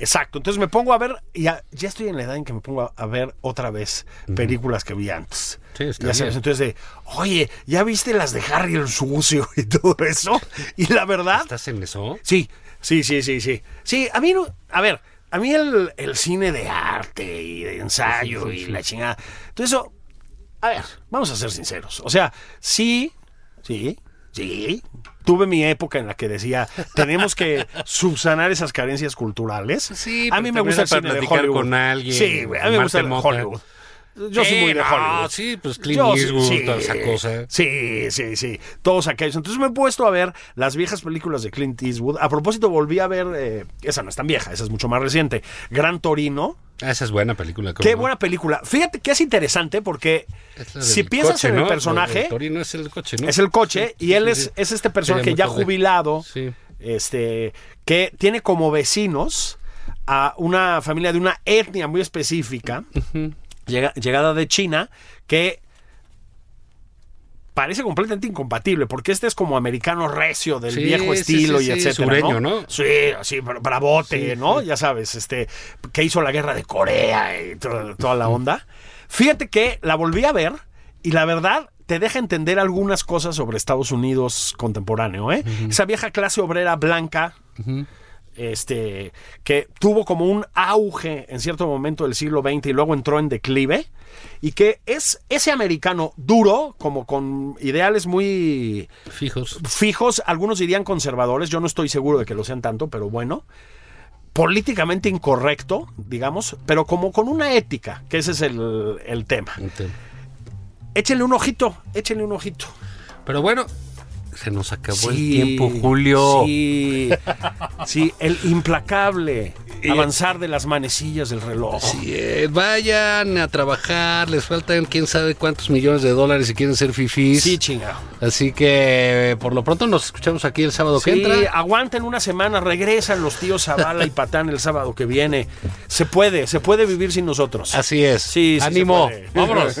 Speaker 2: Exacto. Entonces me pongo a ver, y ya, ya estoy en la edad en que me pongo a, a ver otra vez películas que vi antes.
Speaker 3: Sí, está
Speaker 2: ya sabes,
Speaker 3: bien.
Speaker 2: entonces de, oye, ¿ya viste las de Harry el Sucio y todo eso? Y la verdad,
Speaker 3: ¿Estás en eso?
Speaker 2: Sí, sí, sí, sí, sí. Sí, a mí no. A ver, a mí el, el cine de arte y de ensayo y la chingada. Todo eso. A ver, vamos a ser sinceros. O sea, sí, sí, sí. Tuve mi época en la que decía, tenemos que subsanar esas carencias culturales.
Speaker 3: Sí,
Speaker 2: a
Speaker 3: pero
Speaker 2: mí me
Speaker 3: también
Speaker 2: gusta
Speaker 3: era
Speaker 2: el
Speaker 3: para
Speaker 2: cine de
Speaker 3: platicar
Speaker 2: Hollywood.
Speaker 3: con alguien,
Speaker 2: Sí, güey, a mí me gusta el
Speaker 3: fumarte mota.
Speaker 2: Hollywood. Yo
Speaker 3: Sí,
Speaker 2: soy muy de
Speaker 3: no,
Speaker 2: Hollywood.
Speaker 3: sí, pues, Clint
Speaker 2: Yo
Speaker 3: Eastwood, toda esa cosa.
Speaker 2: Sí, sí, sí. Todos aquellos. Entonces me he puesto a ver las viejas películas de Clint Eastwood. A propósito, volví a ver. eh, esa no es tan vieja, esa es mucho más reciente. Gran Torino.
Speaker 3: Ah, esa es buena película. ¿cómo
Speaker 2: Qué
Speaker 3: no?
Speaker 2: buena película. Fíjate que es interesante porque
Speaker 3: Es la del
Speaker 2: si piensas
Speaker 3: coche,
Speaker 2: en
Speaker 3: ¿no?
Speaker 2: el
Speaker 3: Lo
Speaker 2: personaje,
Speaker 3: del Torino es el coche, ¿no?
Speaker 2: es el coche
Speaker 3: Sí,
Speaker 2: y
Speaker 3: sí,
Speaker 2: él
Speaker 3: sí,
Speaker 2: es,
Speaker 3: sí.
Speaker 2: es este personaje
Speaker 3: me
Speaker 2: ya
Speaker 3: acordé.
Speaker 2: jubilado,
Speaker 3: Sí.
Speaker 2: este, que tiene como vecinos a una familia de una etnia muy específica, llega- llegada de China, que parece completamente incompatible, porque este es como americano recio del
Speaker 3: Sí,
Speaker 2: viejo
Speaker 3: sí,
Speaker 2: estilo
Speaker 3: sí,
Speaker 2: y
Speaker 3: sí,
Speaker 2: etcétera.
Speaker 3: sureño,
Speaker 2: ¿no?
Speaker 3: ¿no?
Speaker 2: Sí, sí, bra- bravote, ¿no? Ya sabes, este, que hizo la guerra de Corea y to- toda la onda. Fíjate que la volví a ver y la verdad te deja entender algunas cosas sobre Estados Unidos contemporáneo, ¿eh? Esa vieja clase obrera blanca. Este, que tuvo como un auge en cierto momento del siglo XX y luego entró en declive, y que es ese americano duro, como con ideales muy
Speaker 3: Fijos.
Speaker 2: fijos, algunos dirían conservadores, yo no estoy seguro de que lo sean tanto, pero bueno, políticamente incorrecto, digamos, pero como con una ética, que ese es el, el tema. Échenle un ojito, échenle un ojito.
Speaker 3: Pero bueno, se nos acabó
Speaker 2: Sí,
Speaker 3: el tiempo, Julio.
Speaker 2: Sí, sí, el implacable
Speaker 3: Y-
Speaker 2: avanzar de las manecillas del reloj.
Speaker 3: Sí, eh, vayan a trabajar, les faltan quién sabe cuántos millones de dólares si quieren ser fifís.
Speaker 2: Sí, chinga.
Speaker 3: Así que eh, por lo pronto nos escuchamos aquí el sábado que
Speaker 2: Sí,
Speaker 3: entra.
Speaker 2: aguanten una semana, regresan los tíos Zavala y Patán el sábado que viene. Se puede, se puede vivir sin nosotros.
Speaker 3: Así es.
Speaker 2: Sí, sí se
Speaker 3: Ánimo.
Speaker 2: puede.
Speaker 3: Vámonos.